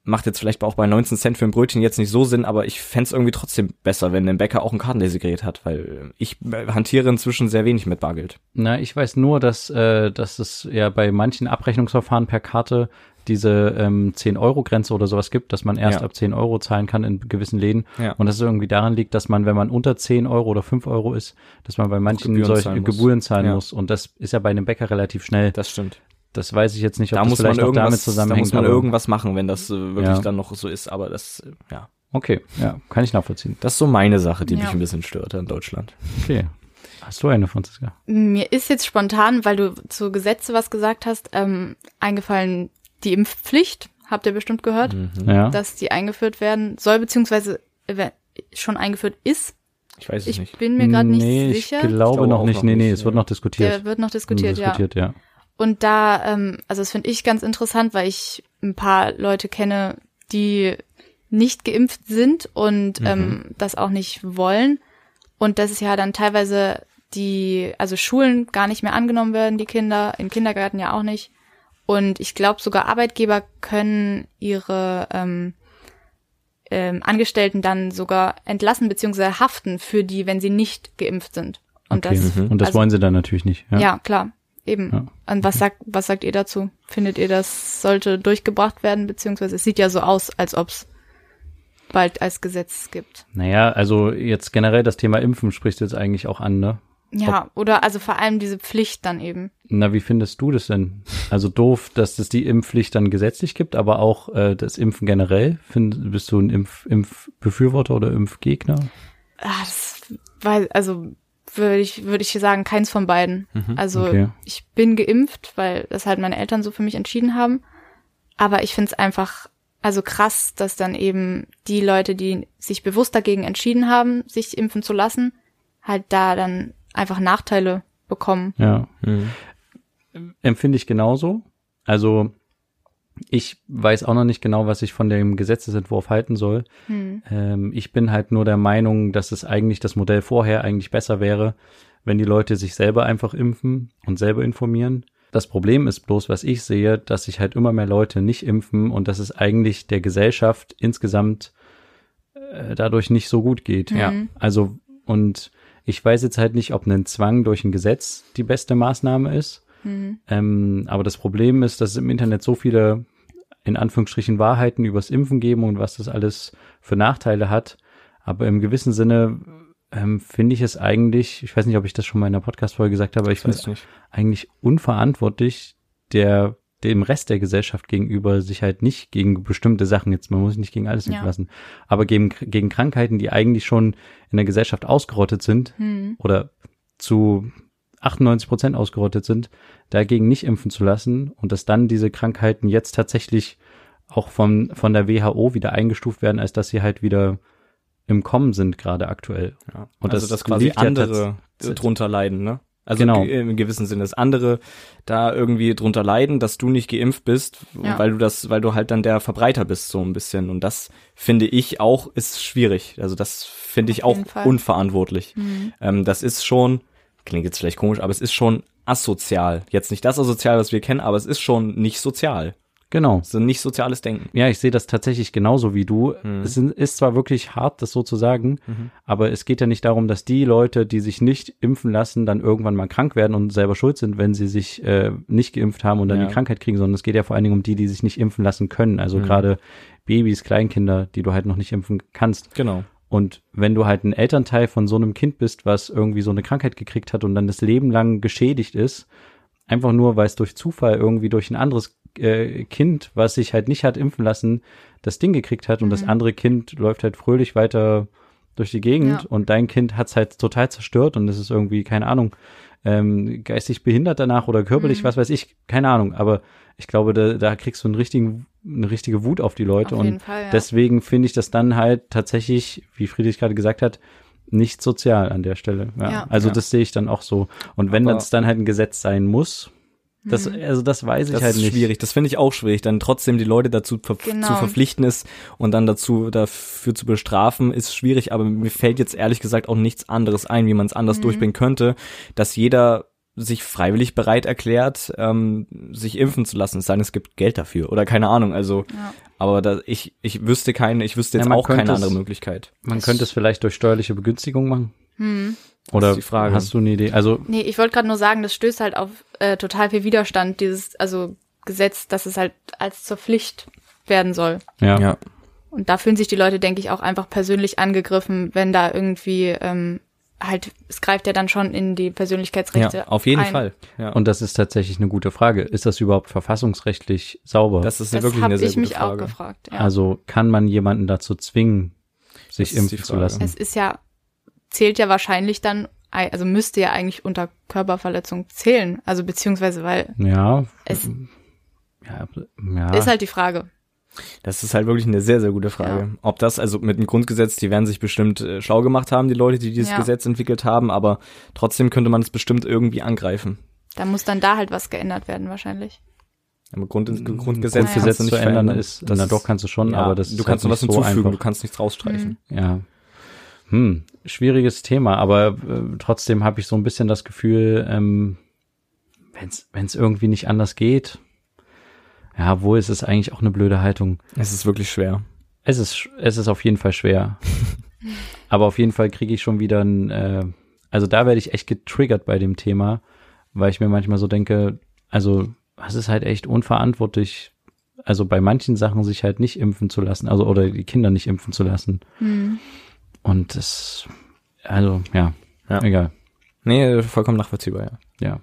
Speaker 2: macht jetzt vielleicht auch bei 19 Cent für ein Brötchen jetzt nicht so Sinn, aber ich fänd's irgendwie trotzdem besser, wenn ein Bäcker auch ein Kartenlesegerät hat, weil ich äh, hantiere inzwischen sehr wenig mit Bargeld.
Speaker 1: Na, ich weiß nur, dass, äh, dass es ja bei manchen Abrechnungsverfahren per Karte diese ähm, 10-Euro-Grenze oder sowas gibt, dass man erst
Speaker 2: Ja.
Speaker 1: ab 10 Euro zahlen kann in gewissen Läden.
Speaker 2: Ja.
Speaker 1: Und dass es irgendwie daran liegt, dass man, wenn man unter 10 Euro oder 5 Euro ist, dass man bei manchen
Speaker 2: Gebühren
Speaker 1: solchen
Speaker 2: zahlen muss.
Speaker 1: Gebühren zahlen
Speaker 2: Ja.
Speaker 1: muss. Und das ist ja bei einem Bäcker relativ schnell.
Speaker 2: Das stimmt.
Speaker 1: Das weiß ich jetzt nicht, ob
Speaker 2: Da
Speaker 1: das
Speaker 2: muss, man
Speaker 1: vielleicht auch damit
Speaker 2: irgendwas, da
Speaker 1: zusammenhängt.
Speaker 2: muss man
Speaker 1: aber-
Speaker 2: irgendwas machen, wenn das äh, wirklich
Speaker 1: Ja.
Speaker 2: dann noch so ist, aber das, äh, ja.
Speaker 1: okay, ja, kann ich nachvollziehen.
Speaker 2: Das ist so meine Sache, die
Speaker 3: Ja.
Speaker 2: mich ein bisschen stört in Deutschland.
Speaker 1: Okay. Hast du eine, Franziska?
Speaker 3: Mir ist jetzt spontan, weil du zu Gesetze was gesagt hast, ähm, eingefallen, die Impfpflicht, habt ihr bestimmt gehört,
Speaker 2: Mhm.
Speaker 1: Ja.
Speaker 3: dass die eingeführt werden soll, beziehungsweise ev- schon eingeführt ist.
Speaker 2: Ich weiß es
Speaker 3: Ich
Speaker 2: nicht.
Speaker 3: bin mir gerade nicht
Speaker 1: nee,
Speaker 3: sicher.
Speaker 1: Ich glaube,
Speaker 2: Ich glaube
Speaker 1: noch
Speaker 2: auch
Speaker 1: nicht.
Speaker 2: noch
Speaker 1: Nee, nee,
Speaker 2: nicht,
Speaker 1: es wird
Speaker 2: ja.
Speaker 1: noch diskutiert.
Speaker 3: Der wird noch diskutiert, ja.
Speaker 1: diskutiert ja.
Speaker 3: Und da, ähm, also das finde ich ganz interessant, weil ich ein paar Leute kenne, die nicht geimpft sind und ähm, das auch nicht wollen. Und dass es ja dann teilweise die, also Schulen gar nicht mehr angenommen werden, die Kinder, in Kindergärten ja auch nicht. Und ich glaube, sogar Arbeitgeber können ihre ähm, ähm, Angestellten dann sogar entlassen beziehungsweise haften für die, wenn sie nicht geimpft sind. Und
Speaker 1: okay. Mhm.
Speaker 3: das,
Speaker 1: Und das
Speaker 3: also-
Speaker 1: wollen sie dann natürlich nicht.
Speaker 3: ja, klar, eben.
Speaker 1: Ja.
Speaker 3: Und was sagt, was sagt ihr dazu? Findet ihr, das sollte durchgebracht werden, beziehungsweise es sieht ja so aus, als ob es bald als Gesetz gibt.
Speaker 1: Naja, also jetzt generell das Thema Impfen sprichst du jetzt eigentlich auch an, ne?
Speaker 3: Ja, oder also vor allem diese Pflicht dann eben.
Speaker 1: Na, wie findest du das denn? Also doof, dass es die Impfpflicht dann gesetzlich gibt, aber auch äh, das Impfen generell. Find, bist du ein Impf, Impfbefürworter oder Impfgegner?
Speaker 3: Ah, das weil, also würde ich, würde ich sagen, keins von beiden. also
Speaker 1: Mhm, okay.
Speaker 3: ich bin geimpft, weil das halt meine Eltern so für mich entschieden haben. Aber ich find's einfach, also krass, dass dann eben die Leute, die sich bewusst dagegen entschieden haben, sich impfen zu lassen, halt da dann einfach Nachteile bekommen.
Speaker 1: Ja. Empfinde ich genauso. Also ich weiß auch noch nicht genau, was ich von dem Gesetzesentwurf halten soll. Ähm, ich bin halt nur der Meinung, dass es eigentlich das Modell vorher eigentlich besser wäre, wenn die Leute sich selber einfach impfen und selber informieren. Das Problem ist bloß, was ich sehe, dass sich halt immer mehr Leute nicht impfen und dass es eigentlich der Gesellschaft insgesamt äh, dadurch nicht so gut geht.
Speaker 2: Ja.
Speaker 1: Also, und ich weiß jetzt halt nicht, ob ein Zwang durch ein Gesetz die beste Maßnahme ist.
Speaker 3: Hm,
Speaker 1: Ähm, aber das Problem ist, dass es im Internet so viele, in Anführungsstrichen, Wahrheiten übers Impfen geben und was das alles für Nachteile hat. Aber im gewissen Sinne ähm, finde ich es eigentlich, ich weiß nicht, ob ich das schon mal in der Podcast-Folge gesagt habe, aber ich
Speaker 2: Ich
Speaker 1: finde
Speaker 2: weiß
Speaker 1: es
Speaker 2: nicht.
Speaker 1: eigentlich unverantwortlich, der dem Rest der Gesellschaft gegenüber sich halt nicht gegen bestimmte Sachen jetzt, man muss sich nicht gegen alles
Speaker 3: Ja.
Speaker 1: impfen lassen, aber gegen, gegen
Speaker 3: hm,
Speaker 1: Krankheiten, die eigentlich schon in der Gesellschaft ausgerottet sind oder zu 98 Prozent ausgerottet sind, dagegen nicht impfen zu lassen und dass dann diese Krankheiten jetzt tatsächlich auch von, von der WHO wieder eingestuft werden, als dass sie halt wieder im Kommen sind gerade aktuell.
Speaker 2: Ja.
Speaker 1: Und
Speaker 2: also
Speaker 1: das
Speaker 2: dass quasi
Speaker 1: liegt ja
Speaker 2: andere
Speaker 1: tats-
Speaker 2: drunter leiden, ne? Also
Speaker 1: Genau.
Speaker 2: ge- im gewissen Sinne, dass andere da irgendwie drunter leiden, dass du nicht geimpft bist,
Speaker 3: Ja.
Speaker 2: weil du das, weil du halt dann der Verbreiter bist, so ein bisschen. Und das finde ich auch, ist schwierig. Also das finde ich
Speaker 3: Auf
Speaker 2: auch
Speaker 3: jeden Fall.
Speaker 2: unverantwortlich.
Speaker 3: hm.
Speaker 2: Ähm, das ist schon, klingt jetzt vielleicht komisch, aber es ist schon asozial. Jetzt nicht das asozial, was wir kennen, aber es ist schon nicht sozial.
Speaker 1: Genau.
Speaker 2: So nicht soziales Denken.
Speaker 1: Ja, ich sehe das tatsächlich genauso wie du. Es sind- ist zwar wirklich hart, das so zu sagen, aber es geht ja nicht darum, dass die Leute, die sich nicht impfen lassen, dann irgendwann mal krank werden und selber schuld sind, wenn sie sich äh, nicht geimpft haben und dann
Speaker 2: Ja.
Speaker 1: die Krankheit kriegen, sondern es geht ja vor allen Dingen um die, die sich nicht impfen lassen können. Also gerade Babys, Kleinkinder, die du halt noch nicht impfen kannst.
Speaker 2: Genau.
Speaker 1: Und wenn du halt ein Elternteil von so einem Kind bist, was irgendwie so eine Krankheit gekriegt hat und dann das Leben lang geschädigt ist, einfach nur, weil es durch Zufall irgendwie durch ein anderes äh, Kind, was sich halt nicht hat impfen lassen, das Ding gekriegt hat und
Speaker 3: Mhm.
Speaker 1: das andere Kind läuft halt fröhlich weiter durch die Gegend
Speaker 3: Ja.
Speaker 1: und dein Kind hat's halt total zerstört und es ist irgendwie, keine Ahnung, ähm, geistig behindert danach oder
Speaker 3: Mhm.
Speaker 1: körperlich, was weiß ich, keine Ahnung. Aber ich glaube, da, da kriegst du einen richtigen, eine richtige Wut auf die Leute
Speaker 3: Auf
Speaker 1: und
Speaker 3: jeden Fall, ja.
Speaker 1: deswegen finde ich das dann halt tatsächlich, wie Friedrich gerade gesagt hat, nicht sozial an der Stelle. Ja.
Speaker 3: Ja.
Speaker 1: Also
Speaker 2: Ja.
Speaker 1: das sehe ich dann auch so. Und wenn
Speaker 2: Aber-
Speaker 1: das dann halt ein Gesetz sein muss, das,
Speaker 3: Mhm.
Speaker 1: also das weiß ich
Speaker 2: Das
Speaker 1: halt
Speaker 2: ist
Speaker 1: nicht.
Speaker 2: schwierig. Das finde ich auch schwierig. Dann trotzdem die Leute dazu ver
Speaker 3: Genau.
Speaker 2: zu verpflichten ist und dann dazu dafür zu bestrafen, ist schwierig. Aber mir fällt jetzt ehrlich gesagt auch nichts anderes ein, wie man es
Speaker 3: Mhm.
Speaker 2: anders durchbringen könnte, dass jeder sich freiwillig bereit erklärt, ähm, sich impfen zu lassen. Es sei denn, es gibt Geld dafür oder keine Ahnung. Also,
Speaker 3: Ja.
Speaker 2: aber da, ich ich wüsste keine, ich wüsste
Speaker 1: Ja,
Speaker 2: jetzt
Speaker 1: man
Speaker 2: auch keine
Speaker 1: könnte es-
Speaker 2: andere Möglichkeit.
Speaker 1: Man könnte es vielleicht durch steuerliche Begünstigung machen.
Speaker 3: Hm.
Speaker 1: Oder
Speaker 2: ist die Frage.
Speaker 1: hast du eine Idee? Also
Speaker 3: Nee, ich wollte gerade nur sagen, das stößt halt auf äh, total viel Widerstand, dieses, also Gesetz, dass es halt als zur Pflicht werden soll.
Speaker 1: ja,
Speaker 3: Und da fühlen sich die Leute, denke ich, auch einfach persönlich angegriffen, wenn da irgendwie ähm, halt, es greift ja dann schon in die Persönlichkeitsrechte.
Speaker 2: ja auf jeden
Speaker 3: ein.
Speaker 2: Fall. Ja.
Speaker 1: Und das ist tatsächlich eine gute Frage. Ist das überhaupt verfassungsrechtlich sauber?
Speaker 2: das ist
Speaker 3: Das
Speaker 2: wirklich
Speaker 3: habe
Speaker 2: eine sehr
Speaker 3: ich
Speaker 2: gute
Speaker 3: mich auch
Speaker 2: Frage.
Speaker 3: gefragt. Ja.
Speaker 1: Also kann man jemanden dazu zwingen, sich
Speaker 2: Das ist die
Speaker 1: impfen zu
Speaker 2: Frage.
Speaker 1: lassen?
Speaker 3: es ist ja, zählt ja wahrscheinlich dann, also müsste ja eigentlich unter Körperverletzung zählen. Also beziehungsweise, weil
Speaker 1: Ja,
Speaker 3: es
Speaker 2: Mhm.
Speaker 1: ja, ja.
Speaker 3: ist halt die Frage.
Speaker 2: Das ist halt wirklich eine sehr, sehr gute Frage. Ob das, also mit dem Grundgesetz, die werden sich bestimmt äh, schlau gemacht haben, die Leute, die dieses
Speaker 3: Ja.
Speaker 2: Gesetz entwickelt haben, aber trotzdem könnte man es bestimmt irgendwie angreifen.
Speaker 3: Da muss dann da halt was geändert werden wahrscheinlich.
Speaker 2: Im Grund, Grundgesetz,
Speaker 1: Grundgesetz
Speaker 3: Naja.
Speaker 2: kannst
Speaker 1: zu
Speaker 2: du nicht
Speaker 1: ändern
Speaker 2: verändern.
Speaker 1: ist, na doch kannst du schon,
Speaker 2: ja,
Speaker 1: aber das
Speaker 2: du
Speaker 1: ist halt
Speaker 2: kannst nur was
Speaker 1: nicht so
Speaker 2: hinzufügen, du
Speaker 1: einfach.
Speaker 2: kannst nichts rausstreichen.
Speaker 1: Ja. Hm, schwieriges Thema, aber äh, trotzdem habe ich so ein bisschen das Gefühl, ähm, wenn es irgendwie nicht anders geht, ja, wo ist es eigentlich auch eine blöde Haltung?
Speaker 2: Es ist wirklich schwer.
Speaker 1: Es ist, sch- es ist auf jeden Fall schwer. aber auf jeden Fall kriege ich schon wieder ein, äh, also da werde ich echt getriggert bei dem Thema, weil ich mir manchmal so denke, also es ist halt echt unverantwortlich, also bei manchen Sachen sich halt nicht impfen zu lassen, also oder die Kinder nicht impfen zu lassen. Und das, also ja,
Speaker 2: Ja.
Speaker 1: egal,
Speaker 2: Nee, vollkommen nachvollziehbar, ja.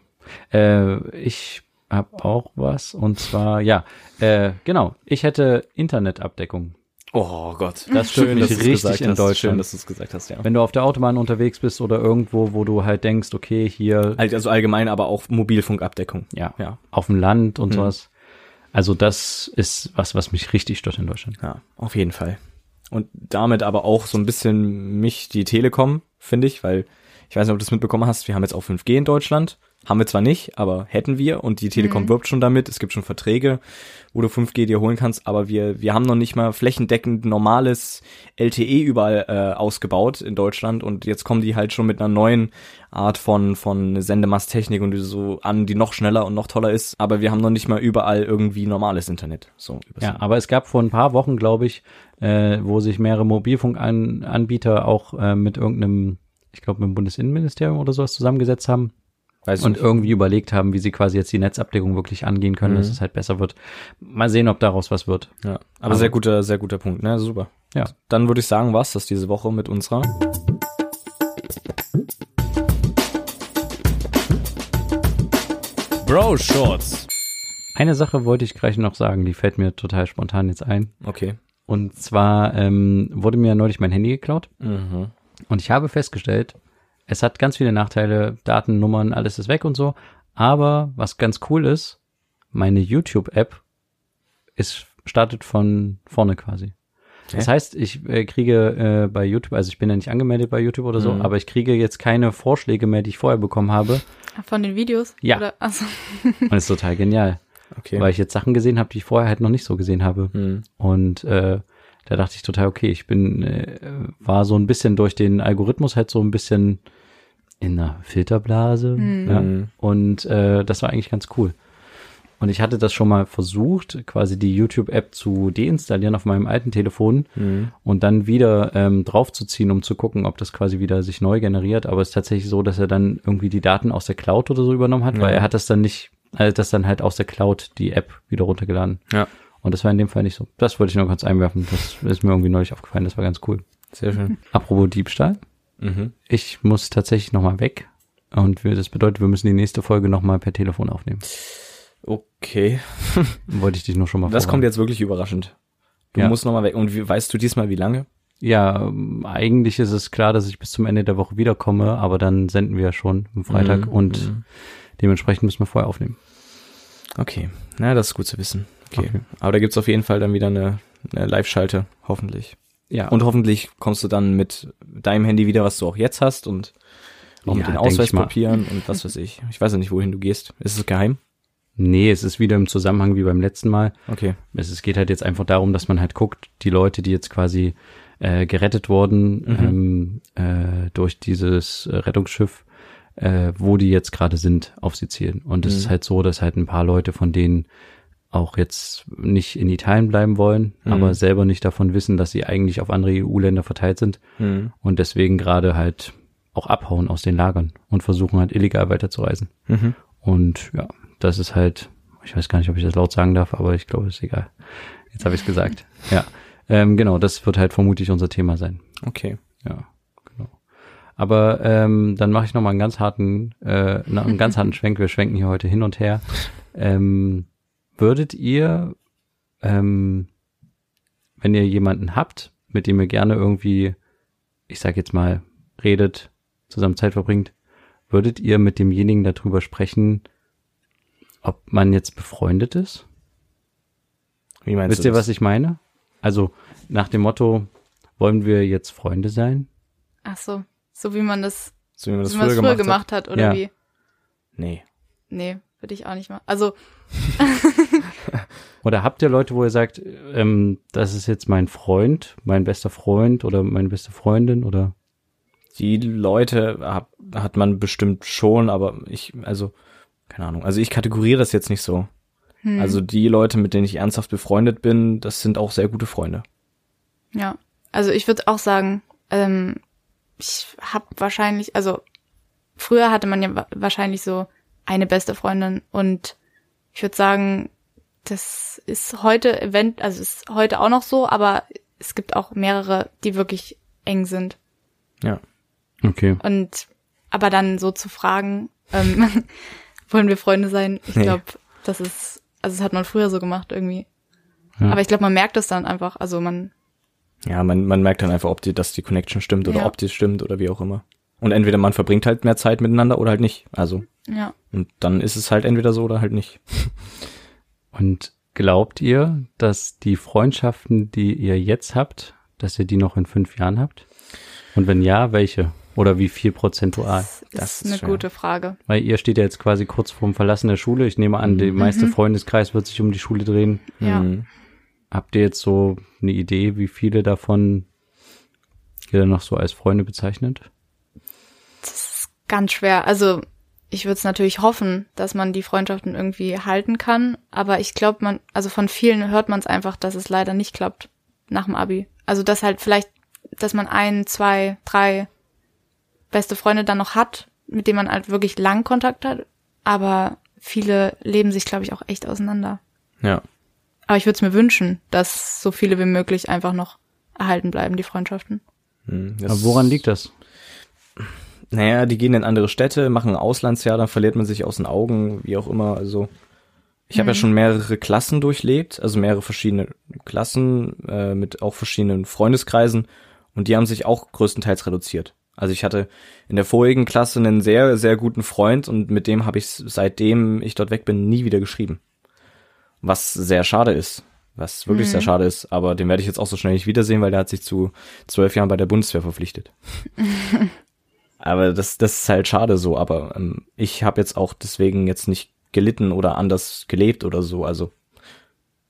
Speaker 1: ja. Äh, ich habe auch was und zwar, ja, äh, genau, ich hätte Internetabdeckung.
Speaker 2: Oh Gott,
Speaker 1: Das stört mich richtig in Deutschland.
Speaker 2: Schön, dass du es gesagt hast, ja.
Speaker 1: Wenn du auf der Autobahn unterwegs bist oder irgendwo, wo du halt denkst, okay, hier
Speaker 2: Also allgemein, aber auch Mobilfunkabdeckung.
Speaker 1: ja, Mhm.
Speaker 2: Ja.
Speaker 1: auf dem Land und sowas. Also das ist was, was mich richtig stört in Deutschland.
Speaker 2: Ja, auf jeden Fall. Und damit aber auch so ein bisschen mich die Telekom, finde ich, weil ich weiß nicht, ob du das mitbekommen hast, wir haben jetzt auch 5G in Deutschland. Haben wir zwar nicht, aber hätten wir und die Telekom wirbt schon damit. Es gibt schon Verträge, wo du 5G dir holen kannst, aber wir, wir haben noch nicht mal flächendeckend normales LTE überall äh, ausgebaut in Deutschland und jetzt kommen die halt schon mit einer neuen Art von, von Sendemasttechnik und so an, die noch schneller und noch toller ist, aber wir haben noch nicht mal überall irgendwie normales Internet. So, übers
Speaker 1: Ja, Also, aber es gab vor ein paar Wochen, glaube ich, äh, wo sich mehrere Mobilfunkanbieter auch äh, mit irgendeinem, ich glaube, mit dem Bundesinnenministerium oder sowas zusammengesetzt haben
Speaker 2: Weiß ich
Speaker 1: und
Speaker 2: nicht.
Speaker 1: irgendwie überlegt haben, wie sie quasi jetzt die Netzabdeckung wirklich angehen können, dass es halt besser wird. Mal sehen, ob daraus was wird.
Speaker 2: Ja, aber, sehr guter, sehr guter Punkt, ne? Super.
Speaker 1: Also Ja.
Speaker 2: Dann würde ich sagen, war's das diese Woche mit unserer. Bro Shorts.
Speaker 1: Eine Sache wollte ich gleich noch sagen, die fällt mir total spontan jetzt ein.
Speaker 2: Okay.
Speaker 1: Und Mhm. zwar ähm, wurde mir neulich mein Handy geklaut. Und ich habe festgestellt, Es hat ganz viele Nachteile, Daten, Nummern, alles ist weg und so. Aber was ganz cool ist, meine YouTube-App ist startet von vorne quasi. Das
Speaker 2: Hä?
Speaker 1: heißt, ich äh, kriege äh, bei YouTube, also ich bin ja nicht angemeldet bei YouTube oder so,
Speaker 2: Mhm.
Speaker 1: aber ich kriege jetzt keine Vorschläge mehr, die ich vorher bekommen habe.
Speaker 3: Von den Videos?
Speaker 1: Ja.
Speaker 3: Oder, also,
Speaker 1: Und das ist total genial,
Speaker 2: Okay.
Speaker 1: weil ich jetzt Sachen gesehen habe, die ich vorher halt noch nicht so gesehen habe.
Speaker 2: Hm.
Speaker 1: Und äh, da dachte ich total, okay, ich bin, äh, war so ein bisschen durch den Algorithmus halt so ein bisschen in einer Filterblase.
Speaker 3: Mhm.
Speaker 1: Ja.
Speaker 2: Mhm.
Speaker 1: Und äh, das war eigentlich ganz cool. Und ich hatte das schon mal versucht, quasi die YouTube-App zu deinstallieren auf meinem alten Telefon
Speaker 2: Hm.
Speaker 1: und dann wieder ähm, draufzuziehen, um zu gucken, ob das quasi wieder sich neu generiert. Aber es ist tatsächlich so, dass er dann irgendwie die Daten aus der Cloud oder so übernommen hat,
Speaker 2: Ja.
Speaker 1: weil er hat das dann nicht, er hat das dann halt aus der Cloud die App wieder runtergeladen.
Speaker 2: Ja.
Speaker 1: Und das war in dem Fall nicht so. Das wollte ich nur kurz einwerfen. Das ist mir irgendwie neulich aufgefallen. Das war ganz cool.
Speaker 2: Sehr schön.
Speaker 1: Apropos Diebstahl.
Speaker 2: Mhm.
Speaker 1: Ich muss tatsächlich nochmal weg. Und wir, das bedeutet, wir müssen die nächste Folge nochmal per Telefon aufnehmen.
Speaker 2: Okay.
Speaker 1: Wollte ich dich nur schon mal
Speaker 2: Das kommt
Speaker 1: vorwarnen.
Speaker 2: jetzt wirklich überraschend. Du
Speaker 1: Ja.
Speaker 2: musst nochmal weg. Und wie, weißt du diesmal, wie lange?
Speaker 1: Ja, ähm, eigentlich ist es klar, dass ich bis zum Ende der Woche wiederkomme, aber dann senden wir ja schon am Freitag
Speaker 2: Mhm.
Speaker 1: und
Speaker 2: Mhm.
Speaker 1: dementsprechend müssen wir vorher aufnehmen.
Speaker 2: Okay. Na, das ist gut zu wissen. Okay.
Speaker 1: Okay.
Speaker 2: Aber da gibt's auf jeden Fall dann wieder eine, eine Live-Schalte, hoffentlich.
Speaker 1: Ja,
Speaker 2: Und hoffentlich kommst du dann mit deinem Handy wieder, was du auch jetzt hast und auch
Speaker 1: Ja,
Speaker 2: mit den
Speaker 1: denk ich mal.
Speaker 2: Ausweispapieren und was weiß ich. Ich weiß ja nicht, wohin du gehst. Ist es geheim?
Speaker 1: nee, es ist wieder im Zusammenhang wie beim letzten Mal.
Speaker 2: Okay.
Speaker 1: Es, es geht halt jetzt einfach darum, dass man halt guckt, die Leute, die jetzt quasi äh, gerettet wurden
Speaker 2: Mhm.
Speaker 1: ähm, äh, durch dieses äh, Rettungsschiff, äh, wo die jetzt gerade sind auf Sizilien. Und es
Speaker 2: Mhm.
Speaker 1: ist halt so, dass halt ein paar Leute von denen auch jetzt nicht in Italien bleiben wollen,
Speaker 2: Mhm.
Speaker 1: aber selber nicht davon wissen, dass sie eigentlich auf andere EU-Länder verteilt sind
Speaker 2: Mhm.
Speaker 1: und deswegen gerade halt auch abhauen aus den Lagern und versuchen halt illegal weiterzureisen.
Speaker 2: Mhm.
Speaker 1: Und ja, das ist halt, ich weiß gar nicht, ob ich das laut sagen darf, aber ich glaube, ist egal. Jetzt habe ich es gesagt. Ja. Ähm, genau, das wird halt vermutlich unser Thema sein.
Speaker 2: Okay.
Speaker 1: Ja, genau. Aber ähm, dann mache ich nochmal einen ganz harten, äh, na, einen ganz harten Schwenk. Wir schwenken hier heute hin und her. Ähm, würdet ihr, ähm, wenn ihr jemanden habt, mit dem ihr gerne irgendwie, ich sag jetzt mal, redet, zusammen Zeit verbringt, würdet ihr mit demjenigen darüber sprechen, ob man jetzt befreundet ist?
Speaker 2: Wie meinst
Speaker 1: Wisst
Speaker 2: du
Speaker 1: ihr, was ich meine? Also nach dem Motto, wollen wir jetzt Freunde sein?
Speaker 3: ach so, so wie man das,
Speaker 2: so wie man das
Speaker 3: wie man
Speaker 2: früher
Speaker 3: das früher
Speaker 2: gemacht, hat?
Speaker 3: gemacht hat, oder
Speaker 1: Ja.
Speaker 3: wie?
Speaker 2: Nee.
Speaker 3: Nee, würde ich auch nicht machen. Also,
Speaker 1: Oder habt ihr Leute, wo ihr sagt, ähm, das ist jetzt mein Freund, mein bester Freund oder meine beste Freundin oder
Speaker 2: Die Leute hab, hat man bestimmt schon, aber ich, also, keine Ahnung. Also ich kategoriere das jetzt nicht so.
Speaker 3: hm,
Speaker 2: Also die Leute, mit denen ich ernsthaft befreundet bin, das sind auch sehr gute Freunde.
Speaker 3: ja. Also ich würde auch sagen, ähm, ich habe wahrscheinlich, also früher hatte man ja wa- wahrscheinlich so eine beste Freundin und ich würde sagen, das ist heute event, also ist heute auch noch so, aber es gibt auch mehrere, die wirklich eng sind.
Speaker 2: Ja.
Speaker 1: Okay.
Speaker 3: Und aber dann so zu fragen, ähm, wollen wir Freunde sein? Ich
Speaker 2: Nee.
Speaker 3: glaube, das ist, also das hat man früher so gemacht irgendwie.
Speaker 1: Ja.
Speaker 3: Aber ich glaube, man merkt es dann einfach. Also man,
Speaker 2: Ja, man, man merkt dann einfach, ob die, dass die Connection stimmt oder
Speaker 3: Ja.
Speaker 2: ob die stimmt oder wie auch immer. Und entweder man verbringt halt mehr Zeit miteinander oder halt nicht. Also,
Speaker 3: ja.
Speaker 2: und dann ist es halt entweder so oder halt nicht.
Speaker 1: Und glaubt ihr, dass die Freundschaften, die ihr jetzt habt, dass ihr die noch in fünf Jahren habt? Und wenn ja, welche? Oder wie viel prozentual?
Speaker 3: Das,
Speaker 2: das
Speaker 3: ist
Speaker 2: ist
Speaker 3: eine
Speaker 2: schwer.
Speaker 3: gute Frage.
Speaker 1: Weil ihr steht ja jetzt quasi kurz vorm Verlassen der Schule. Ich nehme an, der meiste Freundeskreis wird sich um die Schule drehen.
Speaker 3: Ja.
Speaker 2: Mhm.
Speaker 1: Habt ihr jetzt so eine Idee, wie viele davon ihr noch so als Freunde bezeichnet?
Speaker 3: Ganz schwer. Also ich würde es natürlich hoffen, dass man die Freundschaften irgendwie halten kann. Aber ich glaube, man, also von vielen hört man es einfach, dass es leider nicht klappt nach dem Abi. Also dass halt vielleicht, dass man ein, zwei, drei beste Freunde dann noch hat, mit denen man halt wirklich lang Kontakt hat. Aber viele leben sich, glaube ich, auch echt auseinander.
Speaker 2: Ja.
Speaker 3: Aber ich würde es mir wünschen, dass so viele wie möglich einfach noch erhalten bleiben, die Freundschaften.
Speaker 2: Mhm.
Speaker 1: Aber woran liegt das?
Speaker 2: Naja, die gehen in andere Städte, machen ein Auslandsjahr, dann verliert man sich aus den Augen, wie auch immer. Also ich habe ja schon mehrere Klassen durchlebt, also mehrere verschiedene Klassen äh, mit auch verschiedenen Freundeskreisen und die haben sich auch größtenteils reduziert. Also ich hatte in der vorigen Klasse einen sehr, sehr guten Freund und mit dem habe ich seitdem ich dort weg bin, nie wieder geschrieben. Was sehr schade ist. Was wirklich
Speaker 3: Mhm.
Speaker 2: sehr schade ist. Aber den werde ich jetzt auch so schnell nicht wiedersehen, weil der hat sich zu zwölf Jahren bei der Bundeswehr verpflichtet. aber das, das ist halt schade so. Aber ähm, ich habe jetzt auch deswegen jetzt nicht gelitten oder anders gelebt oder so. Also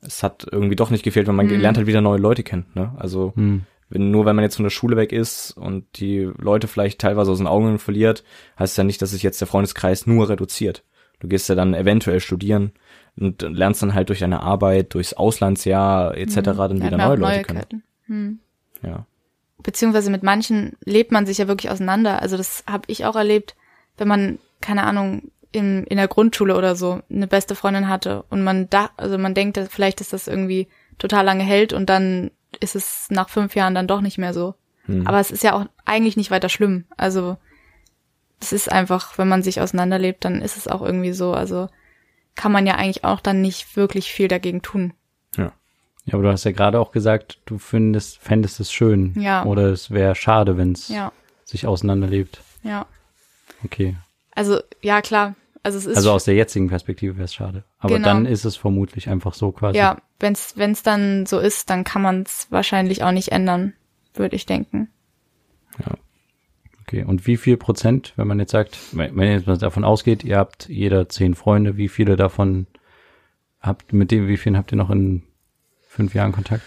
Speaker 2: es hat irgendwie doch nicht gefehlt, weil
Speaker 3: Mhm.
Speaker 2: man lernt halt wieder neue Leute kennen. Ne? Also
Speaker 1: Hm.
Speaker 2: wenn, nur weil man jetzt von der Schule weg ist und die Leute vielleicht teilweise aus den Augen verliert, heißt ja nicht, dass sich jetzt der Freundeskreis nur reduziert. Du gehst ja dann eventuell studieren und lernst dann halt durch deine Arbeit, durchs Auslandsjahr etc. dann wieder
Speaker 3: Mhm. Lernt man auch
Speaker 2: neue Leute kennen.
Speaker 3: Ketten. Hm.
Speaker 2: Ja.
Speaker 3: Beziehungsweise mit manchen lebt man sich ja wirklich auseinander. Also das habe ich auch erlebt, wenn man, keine Ahnung, in, in der Grundschule oder so eine beste Freundin hatte und man da, also man denkt, dass vielleicht dass das irgendwie total lange hält und dann ist es nach fünf Jahren dann doch nicht mehr so.
Speaker 2: Hm.
Speaker 3: Aber es ist ja auch eigentlich nicht weiter schlimm. Also es ist einfach, wenn man sich auseinanderlebt, dann ist es auch irgendwie so. Also kann man ja eigentlich auch dann nicht wirklich viel dagegen tun.
Speaker 1: Ja, aber du hast ja gerade auch gesagt, du findest, fändest es schön.
Speaker 3: Ja.
Speaker 1: Oder es wäre schade, wenn es
Speaker 3: Ja,
Speaker 1: sich auseinanderlebt.
Speaker 3: ja.
Speaker 1: Okay.
Speaker 3: Also ja, klar. Also es ist
Speaker 1: Also aus der jetzigen Perspektive wäre es schade. Aber
Speaker 3: Genau.
Speaker 1: dann ist es vermutlich einfach so
Speaker 2: Also
Speaker 1: quasi.
Speaker 3: Ja, wenn's wenn's dann so ist, dann kann man's wahrscheinlich auch nicht ändern, würde ich denken.
Speaker 1: Okay. Und wie viel Prozent, wenn man jetzt sagt, wenn wenn jetzt man davon ausgeht, ihr habt jeder zehn Freunde, wie viele davon habt, mit dem, wie vielen habt ihr noch in fünf Jahren Kontakt?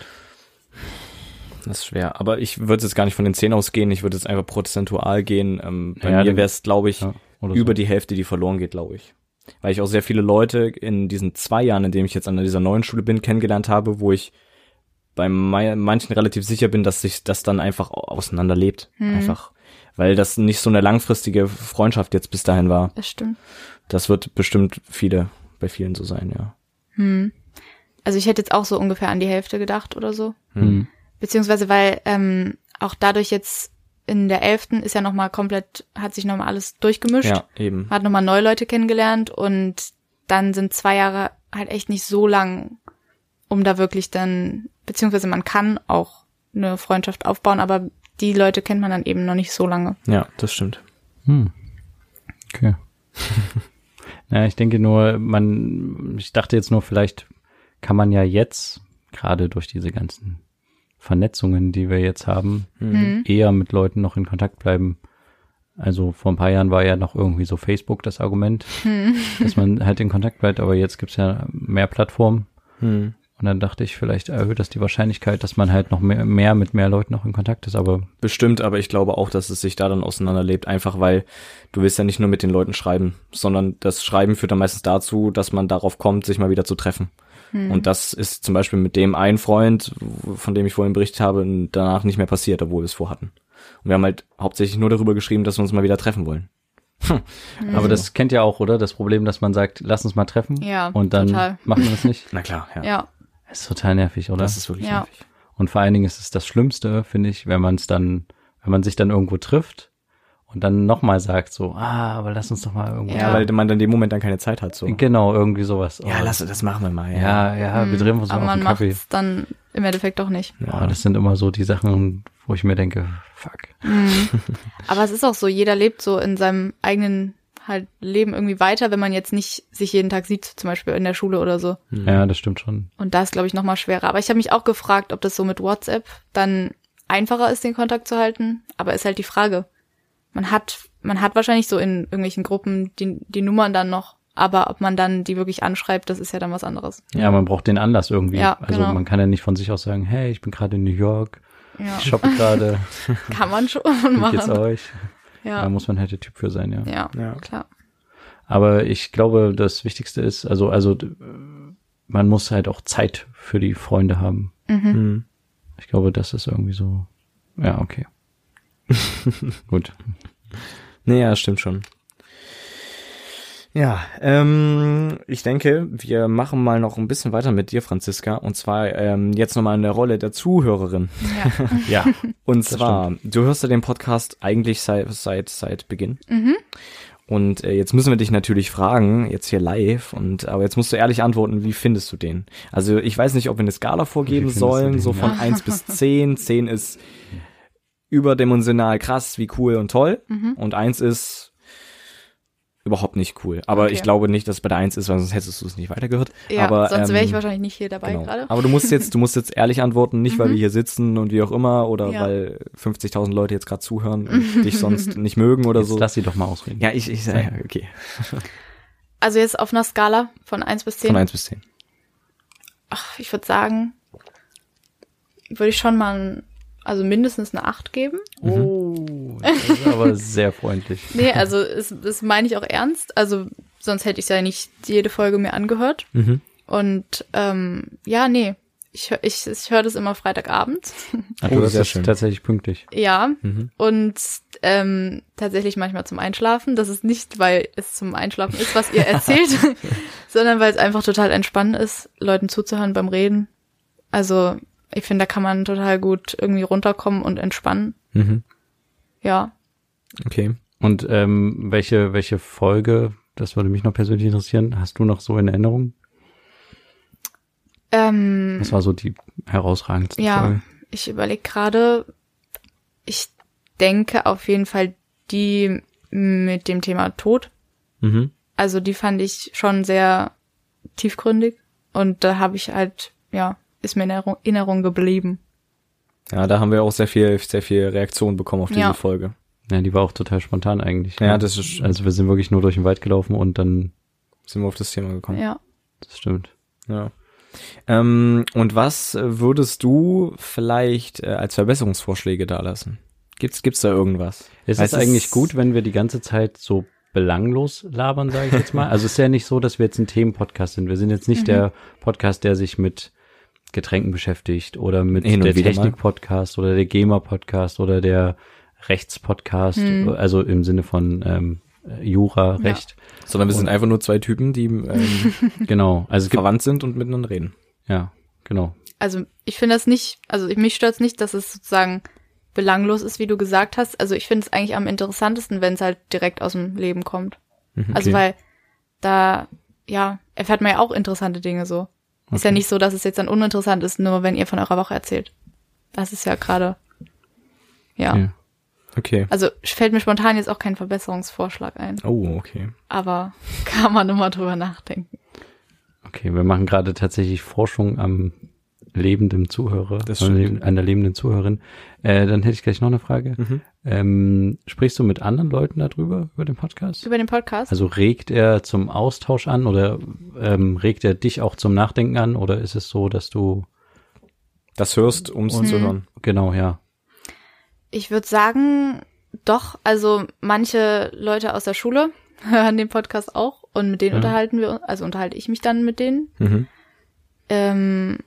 Speaker 2: Das ist schwer. Aber ich würde jetzt gar nicht von den zehn ausgehen, ich würde jetzt einfach prozentual gehen. Ähm, bei
Speaker 1: Ja,
Speaker 2: mir
Speaker 1: dann-
Speaker 2: wäre es, glaube ich,
Speaker 1: Ja, oder
Speaker 2: über
Speaker 1: so.
Speaker 2: die Hälfte, die verloren geht, glaube ich. Weil ich auch sehr viele Leute in diesen zwei Jahren, in denen ich jetzt an dieser neuen Schule bin, kennengelernt habe, wo ich bei mei- manchen relativ sicher bin, dass sich das dann einfach au- auseinanderlebt. Einfach. Weil das nicht so eine langfristige Freundschaft jetzt bis dahin war.
Speaker 3: Das stimmt.
Speaker 2: Das wird bestimmt viele, bei vielen so sein, ja.
Speaker 3: Also ich hätte jetzt auch so ungefähr an die Hälfte gedacht oder so.
Speaker 1: Mhm.
Speaker 3: Beziehungsweise weil ähm, auch dadurch jetzt in der elften ist ja noch mal komplett, hat sich noch mal alles durchgemischt.
Speaker 2: Ja, eben.
Speaker 3: Man hat nochmal neue Leute kennengelernt und dann sind zwei Jahre halt echt nicht so lang, um da wirklich dann, beziehungsweise man kann auch eine Freundschaft aufbauen, aber die Leute kennt man dann eben noch nicht so lange.
Speaker 2: Ja, das stimmt.
Speaker 1: Hm. Okay. naja, ich denke nur, man, ich dachte jetzt nur, vielleicht kann man ja jetzt, gerade durch diese ganzen Vernetzungen, die wir jetzt haben,
Speaker 3: Mhm.
Speaker 1: eher mit Leuten noch in Kontakt bleiben. Also vor ein paar Jahren war ja noch irgendwie so Facebook das Argument, dass man halt in Kontakt bleibt, aber jetzt gibt's ja mehr Plattformen.
Speaker 2: Hm.
Speaker 1: Und dann dachte ich, vielleicht erhöht das die Wahrscheinlichkeit, dass man halt noch mehr, mehr mit mehr Leuten noch in Kontakt ist, aber
Speaker 2: Bestimmt, aber ich glaube auch, dass es sich da dann auseinanderlebt, einfach weil du willst ja nicht nur mit den Leuten schreiben, sondern das Schreiben führt dann meistens dazu, dass man darauf kommt, sich mal wieder zu treffen.
Speaker 3: Hm.
Speaker 2: Und das ist zum Beispiel mit dem einen Freund, von dem ich vorhin berichtet habe, danach nicht mehr passiert, obwohl wir es vorhatten. Und wir haben halt hauptsächlich nur darüber geschrieben, dass wir uns mal wieder treffen wollen. Hm.
Speaker 3: Hm.
Speaker 1: Aber das kennt ihr auch, oder? Das Problem, dass man sagt, lass uns mal treffen.
Speaker 3: Mhm. Ja,
Speaker 1: Und dann
Speaker 3: total.
Speaker 1: macht man das nicht.
Speaker 2: Na klar, ja.
Speaker 3: Ja,
Speaker 1: Das ist total nervig, oder?
Speaker 2: Das ist wirklich
Speaker 3: Ja.
Speaker 2: nervig.
Speaker 1: und vor allen Dingen ist es das Schlimmste, finde ich, wenn man es dann, wenn man sich dann irgendwo trifft und dann nochmal sagt, so, ah, aber lass uns doch mal irgendwo.
Speaker 3: Ja.
Speaker 2: Ja, weil man dann in dem Moment dann keine Zeit hat. So.
Speaker 1: Genau, irgendwie sowas.
Speaker 2: Ja,
Speaker 1: Oh,
Speaker 2: lass das machen wir mal.
Speaker 1: Ja, ja, Ah, wir drehen uns
Speaker 3: Mhm. aber
Speaker 1: mal auf
Speaker 3: man
Speaker 1: den Kaffee. Hm.
Speaker 3: macht's dann im Endeffekt doch nicht.
Speaker 1: Ja, das sind immer so die Sachen, wo ich mir denke, fuck.
Speaker 3: Aber es ist auch so, jeder lebt so in seinem eigenen halt Leben irgendwie weiter, wenn man jetzt nicht sich jeden Tag sieht, zum Beispiel in der Schule oder so.
Speaker 2: Mhm.
Speaker 1: Ja, das stimmt schon.
Speaker 3: Und da ist, glaube ich, nochmal schwerer. Aber ich habe mich auch gefragt, ob das so mit WhatsApp dann einfacher ist, den Kontakt zu halten. Aber ist halt die Frage. Man hat, man hat wahrscheinlich so in irgendwelchen Gruppen die, die Nummern dann noch. Aber ob man dann die wirklich anschreibt, das ist ja dann was anderes.
Speaker 1: Ja, man braucht den Anlass irgendwie.
Speaker 3: Ja,
Speaker 1: also
Speaker 3: genau.
Speaker 1: man kann ja nicht von sich aus sagen, hey, ich bin gerade in New York,
Speaker 3: Ja,
Speaker 1: ich shoppe gerade,
Speaker 3: kann man schon
Speaker 1: wie geht's
Speaker 3: machen.
Speaker 1: euch? Da
Speaker 3: Ja,
Speaker 1: muss man halt der Typ für sein, ja.
Speaker 3: ja,
Speaker 2: Ja.
Speaker 3: klar.
Speaker 1: Aber ich glaube, das Wichtigste ist, also, also d- man muss halt auch Zeit für die Freunde haben.
Speaker 2: Mhm.
Speaker 1: Ich glaube, das ist irgendwie so. Ja, okay. Gut.
Speaker 2: Nee, ja, stimmt schon. Ja, ähm, ich denke, wir machen mal noch ein bisschen weiter mit dir, Franziska. Und zwar ähm, jetzt nochmal in der Rolle der Zuhörerin.
Speaker 3: Ja.
Speaker 1: Ja.
Speaker 2: Und zwar, du hörst ja den Podcast eigentlich seit, seit, seit Beginn.
Speaker 3: Mhm.
Speaker 2: Und äh, jetzt müssen wir dich natürlich fragen, jetzt hier live, und aber jetzt musst du ehrlich antworten, wie findest du den? Also ich weiß nicht, ob wir eine Skala vorgeben
Speaker 1: findest du
Speaker 2: sollen,
Speaker 1: den,
Speaker 2: so von
Speaker 1: ja?
Speaker 2: 1 bis 10. 10 ist überdimensional krass, wie cool und toll.
Speaker 3: Mhm.
Speaker 2: Und eins ist überhaupt nicht cool. Aber
Speaker 3: Okay.
Speaker 2: ich glaube nicht, dass es bei der eins ist, weil sonst hättest du es nicht weitergehört.
Speaker 3: Ja,
Speaker 2: Aber,
Speaker 3: sonst wäre ich
Speaker 2: ähm,
Speaker 3: wahrscheinlich nicht hier dabei
Speaker 2: Genau.
Speaker 3: gerade. Mhm.
Speaker 2: Aber du musst jetzt, du musst jetzt ehrlich antworten, nicht weil wir hier sitzen und wie auch immer oder
Speaker 3: Ja.
Speaker 2: weil 50.000 Leute jetzt gerade zuhören und dich sonst nicht mögen oder
Speaker 1: Jetzt
Speaker 2: so.
Speaker 1: lass sie doch mal ausreden.
Speaker 2: also Ja, ich, ich, ja, okay.
Speaker 3: Also jetzt auf einer Skala von 1 bis 10.
Speaker 2: Von eins bis zehn.
Speaker 3: Ach, ich würde sagen, würde ich schon mal, ein, also mindestens eine 8 geben.
Speaker 1: Oh, das ist aber sehr freundlich.
Speaker 3: Nee, also es, das meine ich auch ernst. Also sonst hätte ich ja nicht jede Folge mir angehört.
Speaker 1: Mhm.
Speaker 3: Und ähm, ja, nee, ich, hör- ich, ich höre das immer Freitagabend.
Speaker 1: Ach,
Speaker 2: Oh,
Speaker 1: du hast
Speaker 2: sehr
Speaker 1: das
Speaker 2: schön.
Speaker 1: tatsächlich pünktlich.
Speaker 3: ja,
Speaker 1: Mhm.
Speaker 3: und ähm, tatsächlich manchmal zum Einschlafen. Das ist nicht, weil es zum Einschlafen ist, was ihr erzählt, sondern weil es einfach total entspannend ist, Leuten zuzuhören beim Reden. Also ich finde, da kann man total gut irgendwie runterkommen und entspannen.
Speaker 2: Mhm.
Speaker 3: Ja,
Speaker 2: Okay.
Speaker 1: Und ähm, welche, welche Folge, das würde mich noch persönlich interessieren, hast du noch so in Erinnerung?
Speaker 3: ähm,
Speaker 1: Das war so die herausragendste
Speaker 3: ja
Speaker 1: Folge.
Speaker 3: ich überlege gerade, ich denke auf jeden Fall die mit dem Thema Tod.
Speaker 1: Mhm.
Speaker 3: Also die fand ich schon sehr tiefgründig und da habe ich halt, ja, ist mir in Erinnerung, Erinnerung geblieben.
Speaker 2: Ja, da haben wir auch sehr viel, sehr viel Reaktion bekommen auf diese
Speaker 3: Ja.
Speaker 2: Folge.
Speaker 1: Ja, die war auch total spontan eigentlich.
Speaker 2: Ja,
Speaker 1: ne?
Speaker 2: das ist,
Speaker 1: also wir sind wirklich nur durch den Wald gelaufen und dann,
Speaker 2: sind wir auf das Thema gekommen.
Speaker 3: Ja.
Speaker 1: das stimmt.
Speaker 2: Ja. Ähm, und was äh, würdest du vielleicht äh, als Verbesserungsvorschläge dalassen? Gibt's, gibt's da irgendwas?
Speaker 1: Ist
Speaker 2: Weil
Speaker 1: es eigentlich gut, wenn wir die ganze Zeit so belanglos labern, sage ich jetzt mal? Also es ist ja nicht so, dass wir jetzt ein Themenpodcast sind. Wir sind jetzt nicht der Podcast, der sich mit Getränken beschäftigt oder mit
Speaker 2: Hin und
Speaker 1: der
Speaker 2: wieder mal.
Speaker 1: Technik-Podcast oder der GEMA-Podcast oder der Rechts-Podcast, also im Sinne von ähm, Jura,
Speaker 3: Ja.
Speaker 1: Recht.
Speaker 2: Sondern wir sind einfach nur zwei Typen, die ähm,
Speaker 1: Genau. Also es gibt,
Speaker 2: verwandt sind und miteinander reden.
Speaker 1: ja, genau.
Speaker 3: Also ich finde das nicht, also ich- mich stört es nicht, dass es sozusagen belanglos ist, wie du gesagt hast. Also ich finde es eigentlich am interessantesten, wenn es halt direkt aus dem Leben kommt. Also
Speaker 2: okay.
Speaker 3: weil da, ja, erfährt man ja auch interessante Dinge so. Ist ja nicht so, dass es jetzt dann uninteressant ist, nur wenn ihr von eurer Woche erzählt. Das ist ja gerade, ja.
Speaker 1: Ja.
Speaker 2: Okay.
Speaker 3: Also fällt mir spontan jetzt auch kein Verbesserungsvorschlag ein,
Speaker 2: Oh, okay.
Speaker 3: aber kann man immer drüber nachdenken.
Speaker 1: Okay, wir machen gerade tatsächlich Forschung am lebenden Zuhörer,
Speaker 2: Das
Speaker 1: am
Speaker 2: stimmt.
Speaker 1: Leben- an der lebenden Zuhörerin. Äh, dann hätte ich gleich noch eine Frage.
Speaker 2: Mhm.
Speaker 1: Ähm, sprichst du mit anderen Leuten darüber, über den Podcast?
Speaker 3: Über den Podcast?
Speaker 1: Also regt er zum Austausch an oder ähm, regt er dich auch zum Nachdenken an oder ist es so, dass du,
Speaker 2: Das hörst, um es zu hören.
Speaker 1: genau, ja.
Speaker 3: Ich würde sagen, doch, also manche Leute aus der Schule hören den Podcast auch und mit denen
Speaker 1: Ja.
Speaker 3: unterhalten wir, uns- also unterhalte ich mich dann mit denen.
Speaker 2: Mhm.
Speaker 3: Ähm,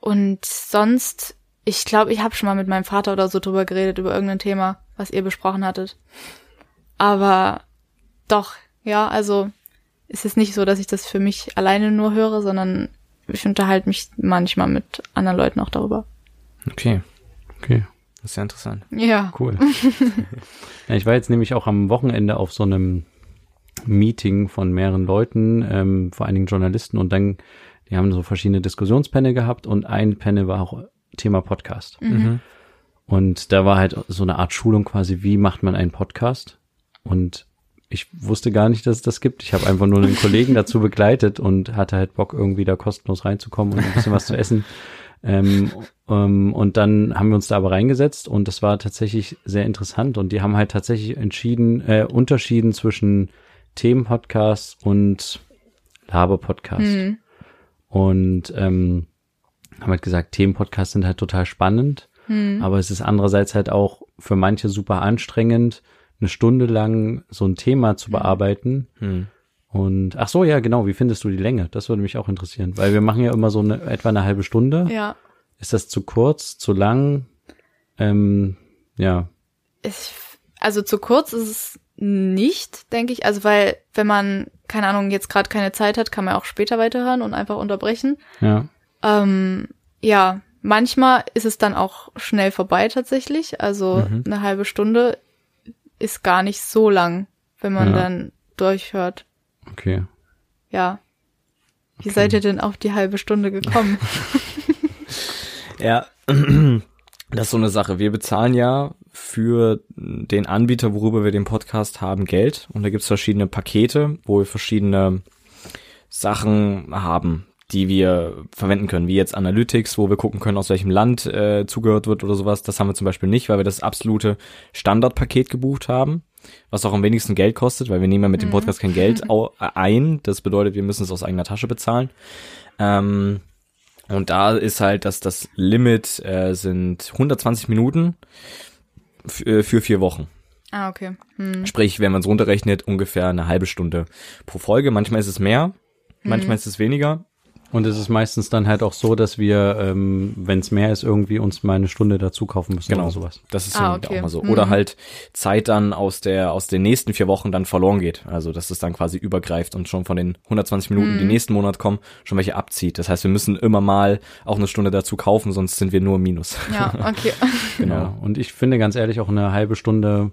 Speaker 3: und sonst, ich glaube, ich habe schon mal mit meinem Vater oder so drüber geredet, über irgendein Thema, was ihr besprochen hattet. Aber doch, ja, also ist es nicht so, dass ich das für mich alleine nur höre, sondern ich unterhalte mich manchmal mit anderen Leuten auch darüber.
Speaker 2: Okay.
Speaker 1: Okay,
Speaker 2: Das ist ja interessant.
Speaker 3: Ja.
Speaker 1: cool. ja, ich war jetzt nämlich auch am Wochenende auf so einem Meeting von mehreren Leuten, ähm, vor allen Dingen Journalisten und dann, die haben so verschiedene Diskussionspanel gehabt und ein Panel war auch Thema Podcast.
Speaker 2: Mhm.
Speaker 1: Und da war halt so eine Art Schulung quasi, wie macht man einen Podcast? Und ich wusste gar nicht, dass es das gibt. Ich habe einfach nur einen Kollegen dazu begleitet und hatte halt Bock, irgendwie da kostenlos reinzukommen und ein bisschen was zu essen. Ähm, ähm, und dann haben wir uns da aber reingesetzt und das war tatsächlich sehr interessant. Und die haben halt tatsächlich entschieden, äh, unterschieden zwischen Themenpodcast und Laber-Podcast.
Speaker 3: Mhm.
Speaker 1: Und ähm, haben halt gesagt, Themenpodcasts sind halt total spannend, aber es ist andererseits halt auch für manche super anstrengend, eine Stunde lang so ein Thema zu bearbeiten.
Speaker 2: Mhm.
Speaker 1: Und ach so, ja, genau, wie findest du die Länge? Das würde mich auch interessieren, weil wir machen ja immer so eine, etwa eine halbe Stunde.
Speaker 3: Ja.
Speaker 1: Ist das zu kurz, zu lang? Ähm, ja,
Speaker 3: Ich, also zu kurz ist es nicht, denke ich. Also weil, wenn man, keine Ahnung, jetzt gerade keine Zeit hat, kann man auch später weiterhören und einfach unterbrechen.
Speaker 1: ja.
Speaker 3: Ähm, ja, manchmal ist es dann auch schnell vorbei tatsächlich. Also
Speaker 2: Mhm.
Speaker 3: eine halbe Stunde ist gar nicht so lang, wenn man
Speaker 1: Ja.
Speaker 3: dann durchhört.
Speaker 1: Okay.
Speaker 3: Ja. Wie seid ihr denn auf die halbe Stunde gekommen?
Speaker 2: Ja. Das ist so eine Sache. Wir bezahlen ja für den Anbieter, worüber wir den Podcast haben, Geld. Und da gibt's verschiedene Pakete, wo wir verschiedene Sachen haben, die wir verwenden können, wie jetzt Analytics, wo wir gucken können, aus welchem Land äh, zugehört wird oder sowas. Das haben wir zum Beispiel nicht, weil wir das absolute Standardpaket gebucht haben, was auch am wenigsten Geld kostet, weil wir nehmen ja mit dem Podcast kein Geld au- äh, ein. Das bedeutet, wir müssen es aus eigener Tasche bezahlen. Ähm, und da ist halt, dass das Limit äh, sind 120 Minuten f- äh, für vier Wochen.
Speaker 3: Ah, okay. Hm.
Speaker 2: Sprich, wenn man es runterrechnet, ungefähr eine halbe Stunde pro Folge. Manchmal ist es mehr,
Speaker 3: Mhm.
Speaker 2: manchmal ist es weniger.
Speaker 1: Und es ist meistens dann halt auch so, dass wir, ähm, wenn es mehr ist, irgendwie uns mal eine Stunde dazu kaufen müssen
Speaker 2: Genau,
Speaker 1: oder sowas.
Speaker 2: Das ist
Speaker 3: Ah,
Speaker 2: ja
Speaker 3: okay.
Speaker 2: auch mal so.
Speaker 3: Mhm.
Speaker 2: Oder halt Zeit dann aus der aus den nächsten vier Wochen dann verloren geht. Also dass es dann quasi übergreift und schon von den 120 Minuten,
Speaker 3: Mhm.
Speaker 2: die nächsten Monat kommen, schon welche abzieht. Das heißt, wir müssen immer mal auch eine Stunde dazu kaufen, sonst sind wir nur im Minus.
Speaker 3: Ja, okay.
Speaker 1: Genau. Ja. Und ich finde ganz ehrlich auch eine halbe Stunde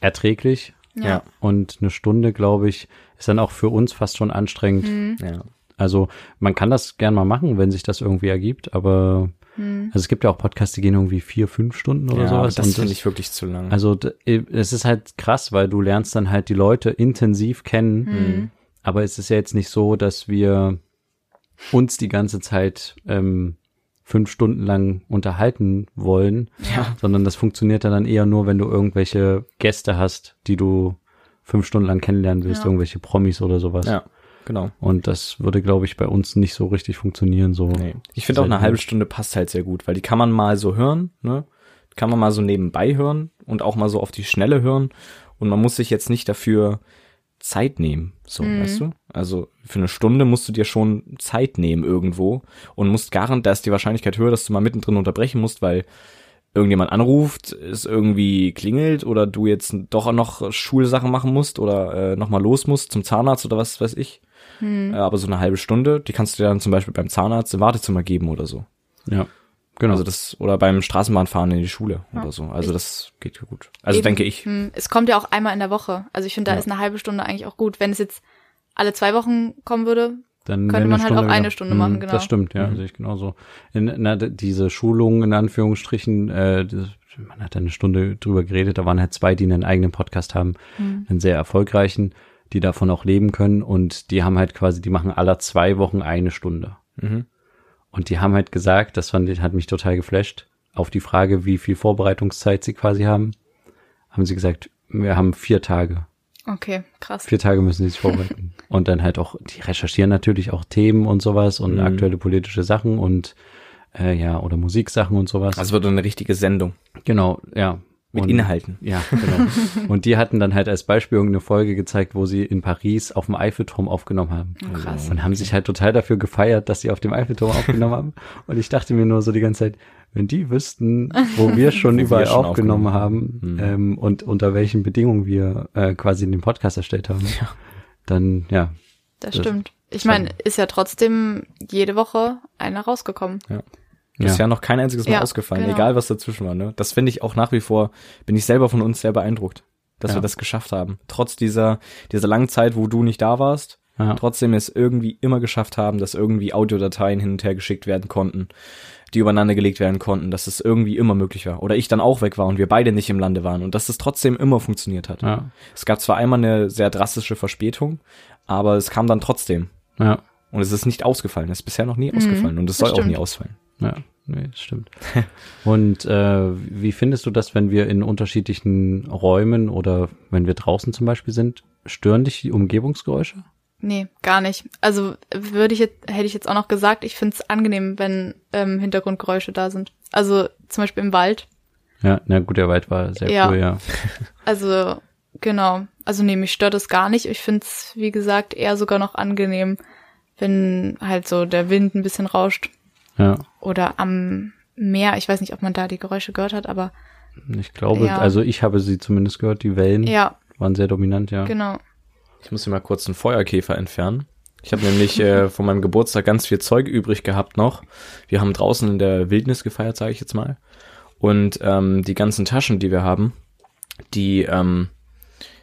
Speaker 1: erträglich.
Speaker 3: ja.
Speaker 1: Und eine Stunde, glaube ich, ist dann auch für uns fast schon anstrengend.
Speaker 3: Mhm.
Speaker 2: ja. ja.
Speaker 1: Also man kann das gern mal machen, wenn sich das irgendwie ergibt, aber also es gibt ja auch Podcasts, die gehen irgendwie vier, fünf Stunden oder
Speaker 2: ja aber
Speaker 1: sowas.
Speaker 2: das
Speaker 1: und
Speaker 2: finde ich wirklich zu lang.
Speaker 1: Also d- es ist halt krass, weil du lernst dann halt die Leute intensiv kennen. Aber es ist ja jetzt nicht so, dass wir uns die ganze Zeit ähm, fünf Stunden lang unterhalten wollen, sondern das funktioniert ja dann eher nur, wenn du irgendwelche Gäste hast, die du fünf Stunden lang kennenlernen willst,
Speaker 3: Ja.
Speaker 1: irgendwelche Promis oder sowas.
Speaker 2: ja, genau.
Speaker 1: Und das würde, glaube ich, bei uns nicht so richtig funktionieren. So.
Speaker 2: Nee. Ich finde auch eine
Speaker 1: Selten.
Speaker 2: halbe Stunde passt halt sehr gut, weil die kann man mal so hören, ne? Kann man mal so nebenbei hören und auch mal so auf die Schnelle hören. Und man muss sich jetzt nicht dafür Zeit nehmen, so, weißt du? Also für eine Stunde musst du dir schon Zeit nehmen irgendwo und musst garantieren, da ist die Wahrscheinlichkeit höher, dass du mal mittendrin unterbrechen musst, weil irgendjemand anruft, es irgendwie klingelt oder du jetzt doch noch Schulsachen machen musst oder äh, nochmal los musst zum Zahnarzt oder was weiß ich.
Speaker 3: Mhm.
Speaker 2: Äh, aber so eine halbe Stunde, die kannst du dir dann zum Beispiel beim Zahnarzt im Wartezimmer geben oder so.
Speaker 1: Ja, genau.
Speaker 2: Also das, oder beim Straßenbahnfahren in die Schule oder so. Also das geht ja gut. Also
Speaker 3: Eben.
Speaker 2: denke ich.
Speaker 3: Hm, Es kommt ja auch einmal in der Woche. Also ich finde, da ist eine halbe Stunde eigentlich auch gut. Wenn es jetzt alle zwei Wochen kommen würde,
Speaker 1: dann wäre
Speaker 3: Könnte man
Speaker 1: eine
Speaker 3: halt
Speaker 1: Stunde
Speaker 3: auch eine Stunde
Speaker 1: Mhm,
Speaker 3: machen, genau.
Speaker 1: Das stimmt, ja, sehe ich genauso. In, na, d- diese Schulungen in Anführungsstrichen, äh, das, man hat da eine Stunde drüber geredet, da waren halt zwei, die einen eigenen Podcast haben,
Speaker 3: Mhm.
Speaker 1: einen sehr erfolgreichen, die davon auch leben können und die haben halt quasi, die machen aller zwei Wochen eine Stunde.
Speaker 2: Mhm.
Speaker 1: Und die haben halt gesagt, das fand, ich- hat mich total geflasht, auf die Frage, wie viel Vorbereitungszeit sie quasi haben, haben sie gesagt, wir haben vier Tage
Speaker 3: okay, krass.
Speaker 1: vier Tage müssen sie sich vorbereiten. und dann halt auch, die recherchieren natürlich auch Themen und sowas
Speaker 2: Mhm.
Speaker 1: und aktuelle politische Sachen und äh, ja, oder Musiksachen und sowas.
Speaker 2: Also wird eine richtige Sendung
Speaker 1: genau, ja.
Speaker 2: mit
Speaker 1: und,
Speaker 2: Inhalten.
Speaker 1: Ja, genau. und die hatten dann halt als Beispiel irgendeine Folge gezeigt, wo sie in Paris auf dem Eiffelturm aufgenommen haben.
Speaker 3: Oh, krass.
Speaker 1: Und haben sich halt total dafür gefeiert, dass sie auf dem Eiffelturm aufgenommen haben. Und ich dachte mir nur so die ganze Zeit, wenn die wüssten, wo wir schon
Speaker 2: Wo wir
Speaker 1: überall
Speaker 2: schon
Speaker 1: aufgenommen,
Speaker 2: aufgenommen
Speaker 1: haben
Speaker 2: Mhm.
Speaker 1: ähm, und unter welchen Bedingungen wir äh, quasi den Podcast erstellt haben, dann ja.
Speaker 3: Das
Speaker 1: das-
Speaker 3: stimmt. Ich meine, ist ja trotzdem jede Woche einer rausgekommen.
Speaker 2: Das ist
Speaker 1: Ja.
Speaker 2: ja noch kein einziges Mal
Speaker 3: Ja,
Speaker 2: ausgefallen,
Speaker 3: genau.
Speaker 2: egal was dazwischen war. Ne? Das finde ich auch nach wie vor, bin ich selber von uns sehr beeindruckt, dass
Speaker 1: Ja.
Speaker 2: wir das geschafft haben. Trotz dieser, dieser langen Zeit, wo du nicht da warst,
Speaker 1: ja.
Speaker 2: trotzdem es irgendwie immer geschafft haben, dass irgendwie Audiodateien hin und her geschickt werden konnten, die übereinander gelegt werden konnten, dass es irgendwie immer möglich war. Oder ich dann auch weg war und wir beide nicht im Lande waren und dass es trotzdem immer funktioniert hat.
Speaker 1: Ja,
Speaker 2: Es gab zwar einmal eine sehr drastische Verspätung, aber es kam dann trotzdem.
Speaker 1: ja,
Speaker 2: Und es ist nicht ausgefallen. Es ist bisher noch nie ausgefallen und es
Speaker 3: Mhm.
Speaker 2: soll
Speaker 3: das
Speaker 2: auch nie
Speaker 3: stimmt.
Speaker 2: ausfallen.
Speaker 1: ja. Nee, das stimmt. Und äh, wie findest du das, wenn wir in unterschiedlichen Räumen oder wenn wir draußen zum Beispiel sind, stören dich die Umgebungsgeräusche?
Speaker 3: Nee, gar nicht. Also würde ich jetzt, hätte ich jetzt auch noch gesagt, ich finde es angenehm, wenn ähm, Hintergrundgeräusche da sind. Also zum Beispiel im Wald.
Speaker 1: Ja, na gut, der Wald war sehr
Speaker 3: Ja.
Speaker 1: cool, ja.
Speaker 3: Also genau. Also nee, mich stört es gar nicht. Ich finde es, wie gesagt, eher sogar noch angenehm, wenn halt so der Wind ein bisschen rauscht.
Speaker 1: Ja,
Speaker 3: Oder am Meer. Ich weiß nicht, ob man da die Geräusche gehört hat, aber
Speaker 1: ich glaube,
Speaker 3: Ja.
Speaker 1: also ich habe sie zumindest gehört, die Wellen
Speaker 3: ja,
Speaker 1: waren sehr dominant, Mhm. ja.
Speaker 3: genau.
Speaker 2: Ich muss hier mal kurz einen Feuerkäfer entfernen. Ich habe nämlich äh, von meinem Geburtstag ganz viel Zeug übrig gehabt noch. Wir haben draußen in der Wildnis gefeiert, sage ich jetzt mal. Und ähm, die ganzen Taschen, die wir haben, die ähm,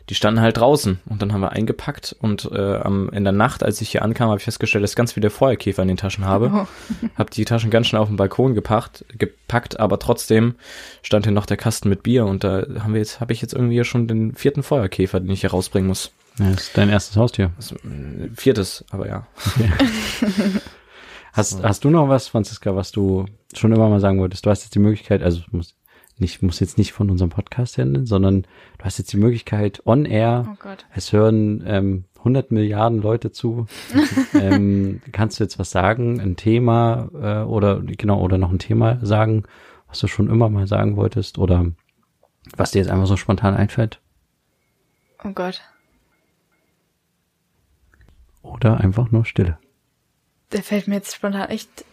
Speaker 2: die standen halt draußen und dann haben wir eingepackt und äh, am, in der Nacht, als ich hier ankam, habe ich festgestellt, dass ich ganz viele Feuerkäfer in den Taschen habe.
Speaker 3: Oh.
Speaker 2: Habe die Taschen ganz schnell auf den Balkon gepackt, gepackt, aber trotzdem stand hier noch der Kasten mit Bier und da haben wir jetzt, habe ich jetzt irgendwie schon den vierten Feuerkäfer, den ich hier rausbringen muss.
Speaker 1: Ja, ist dein erstes Haustier.
Speaker 2: Also, äh, viertes, aber ja.
Speaker 1: Hast, hast du noch was, Franziska, was du schon immer mal sagen wolltest? Du hast jetzt die Möglichkeit, also es muss nicht, muss jetzt nicht von unserem Podcast handeln, sondern du hast jetzt die Möglichkeit, on air,
Speaker 3: oh Gott.
Speaker 1: es hören ähm, 100 Milliarden Leute zu. ähm, kannst du jetzt was sagen, ein Thema äh, oder genau oder noch ein Thema sagen, was du schon immer mal sagen wolltest oder was dir jetzt einfach so spontan einfällt?
Speaker 3: Oh Gott.
Speaker 1: Oder einfach nur Stille.
Speaker 3: Der fällt mir jetzt spontan echt.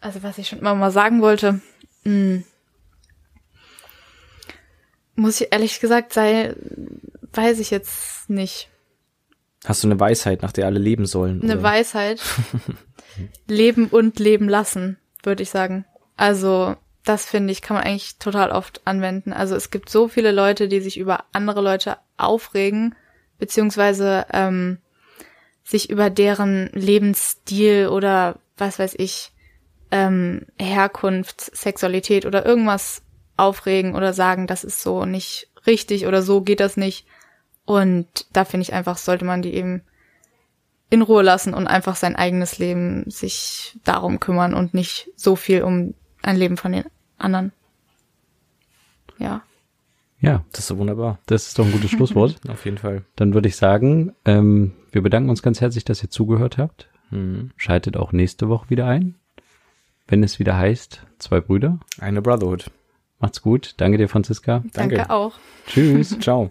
Speaker 3: Also was ich schon immer mal sagen wollte. Hm. Muss ich ehrlich gesagt sei, weiß ich jetzt nicht.
Speaker 2: Hast du eine Weisheit, nach der alle leben sollen?
Speaker 3: Eine
Speaker 2: oder?
Speaker 3: Weisheit. leben und leben lassen, würde ich sagen. Also, das finde ich, kann man eigentlich total oft anwenden. Also es gibt so viele Leute, die sich über andere Leute aufregen, beziehungsweise ähm, sich über deren Lebensstil oder was weiß ich, ähm, Herkunft, Sexualität oder irgendwas aufregen oder sagen, das ist so nicht richtig oder so geht das nicht. Und da finde ich einfach, sollte man die eben in Ruhe lassen und einfach sein eigenes Leben sich darum kümmern und nicht so viel um ein Leben von den anderen. Ja.
Speaker 1: Ja,
Speaker 2: Das ist so wunderbar.
Speaker 1: das ist doch ein gutes Schlusswort.
Speaker 2: Auf jeden Fall.
Speaker 1: Dann würde ich sagen, ähm, wir bedanken uns ganz herzlich, dass ihr zugehört habt.
Speaker 2: Mhm.
Speaker 1: Schaltet auch nächste Woche wieder ein, wenn es wieder heißt, zwei Brüder.
Speaker 2: Eine Brotherhood.
Speaker 1: Macht's gut. Danke dir, Franziska.
Speaker 2: Danke.
Speaker 3: Danke auch.
Speaker 1: Tschüss.
Speaker 2: Ciao.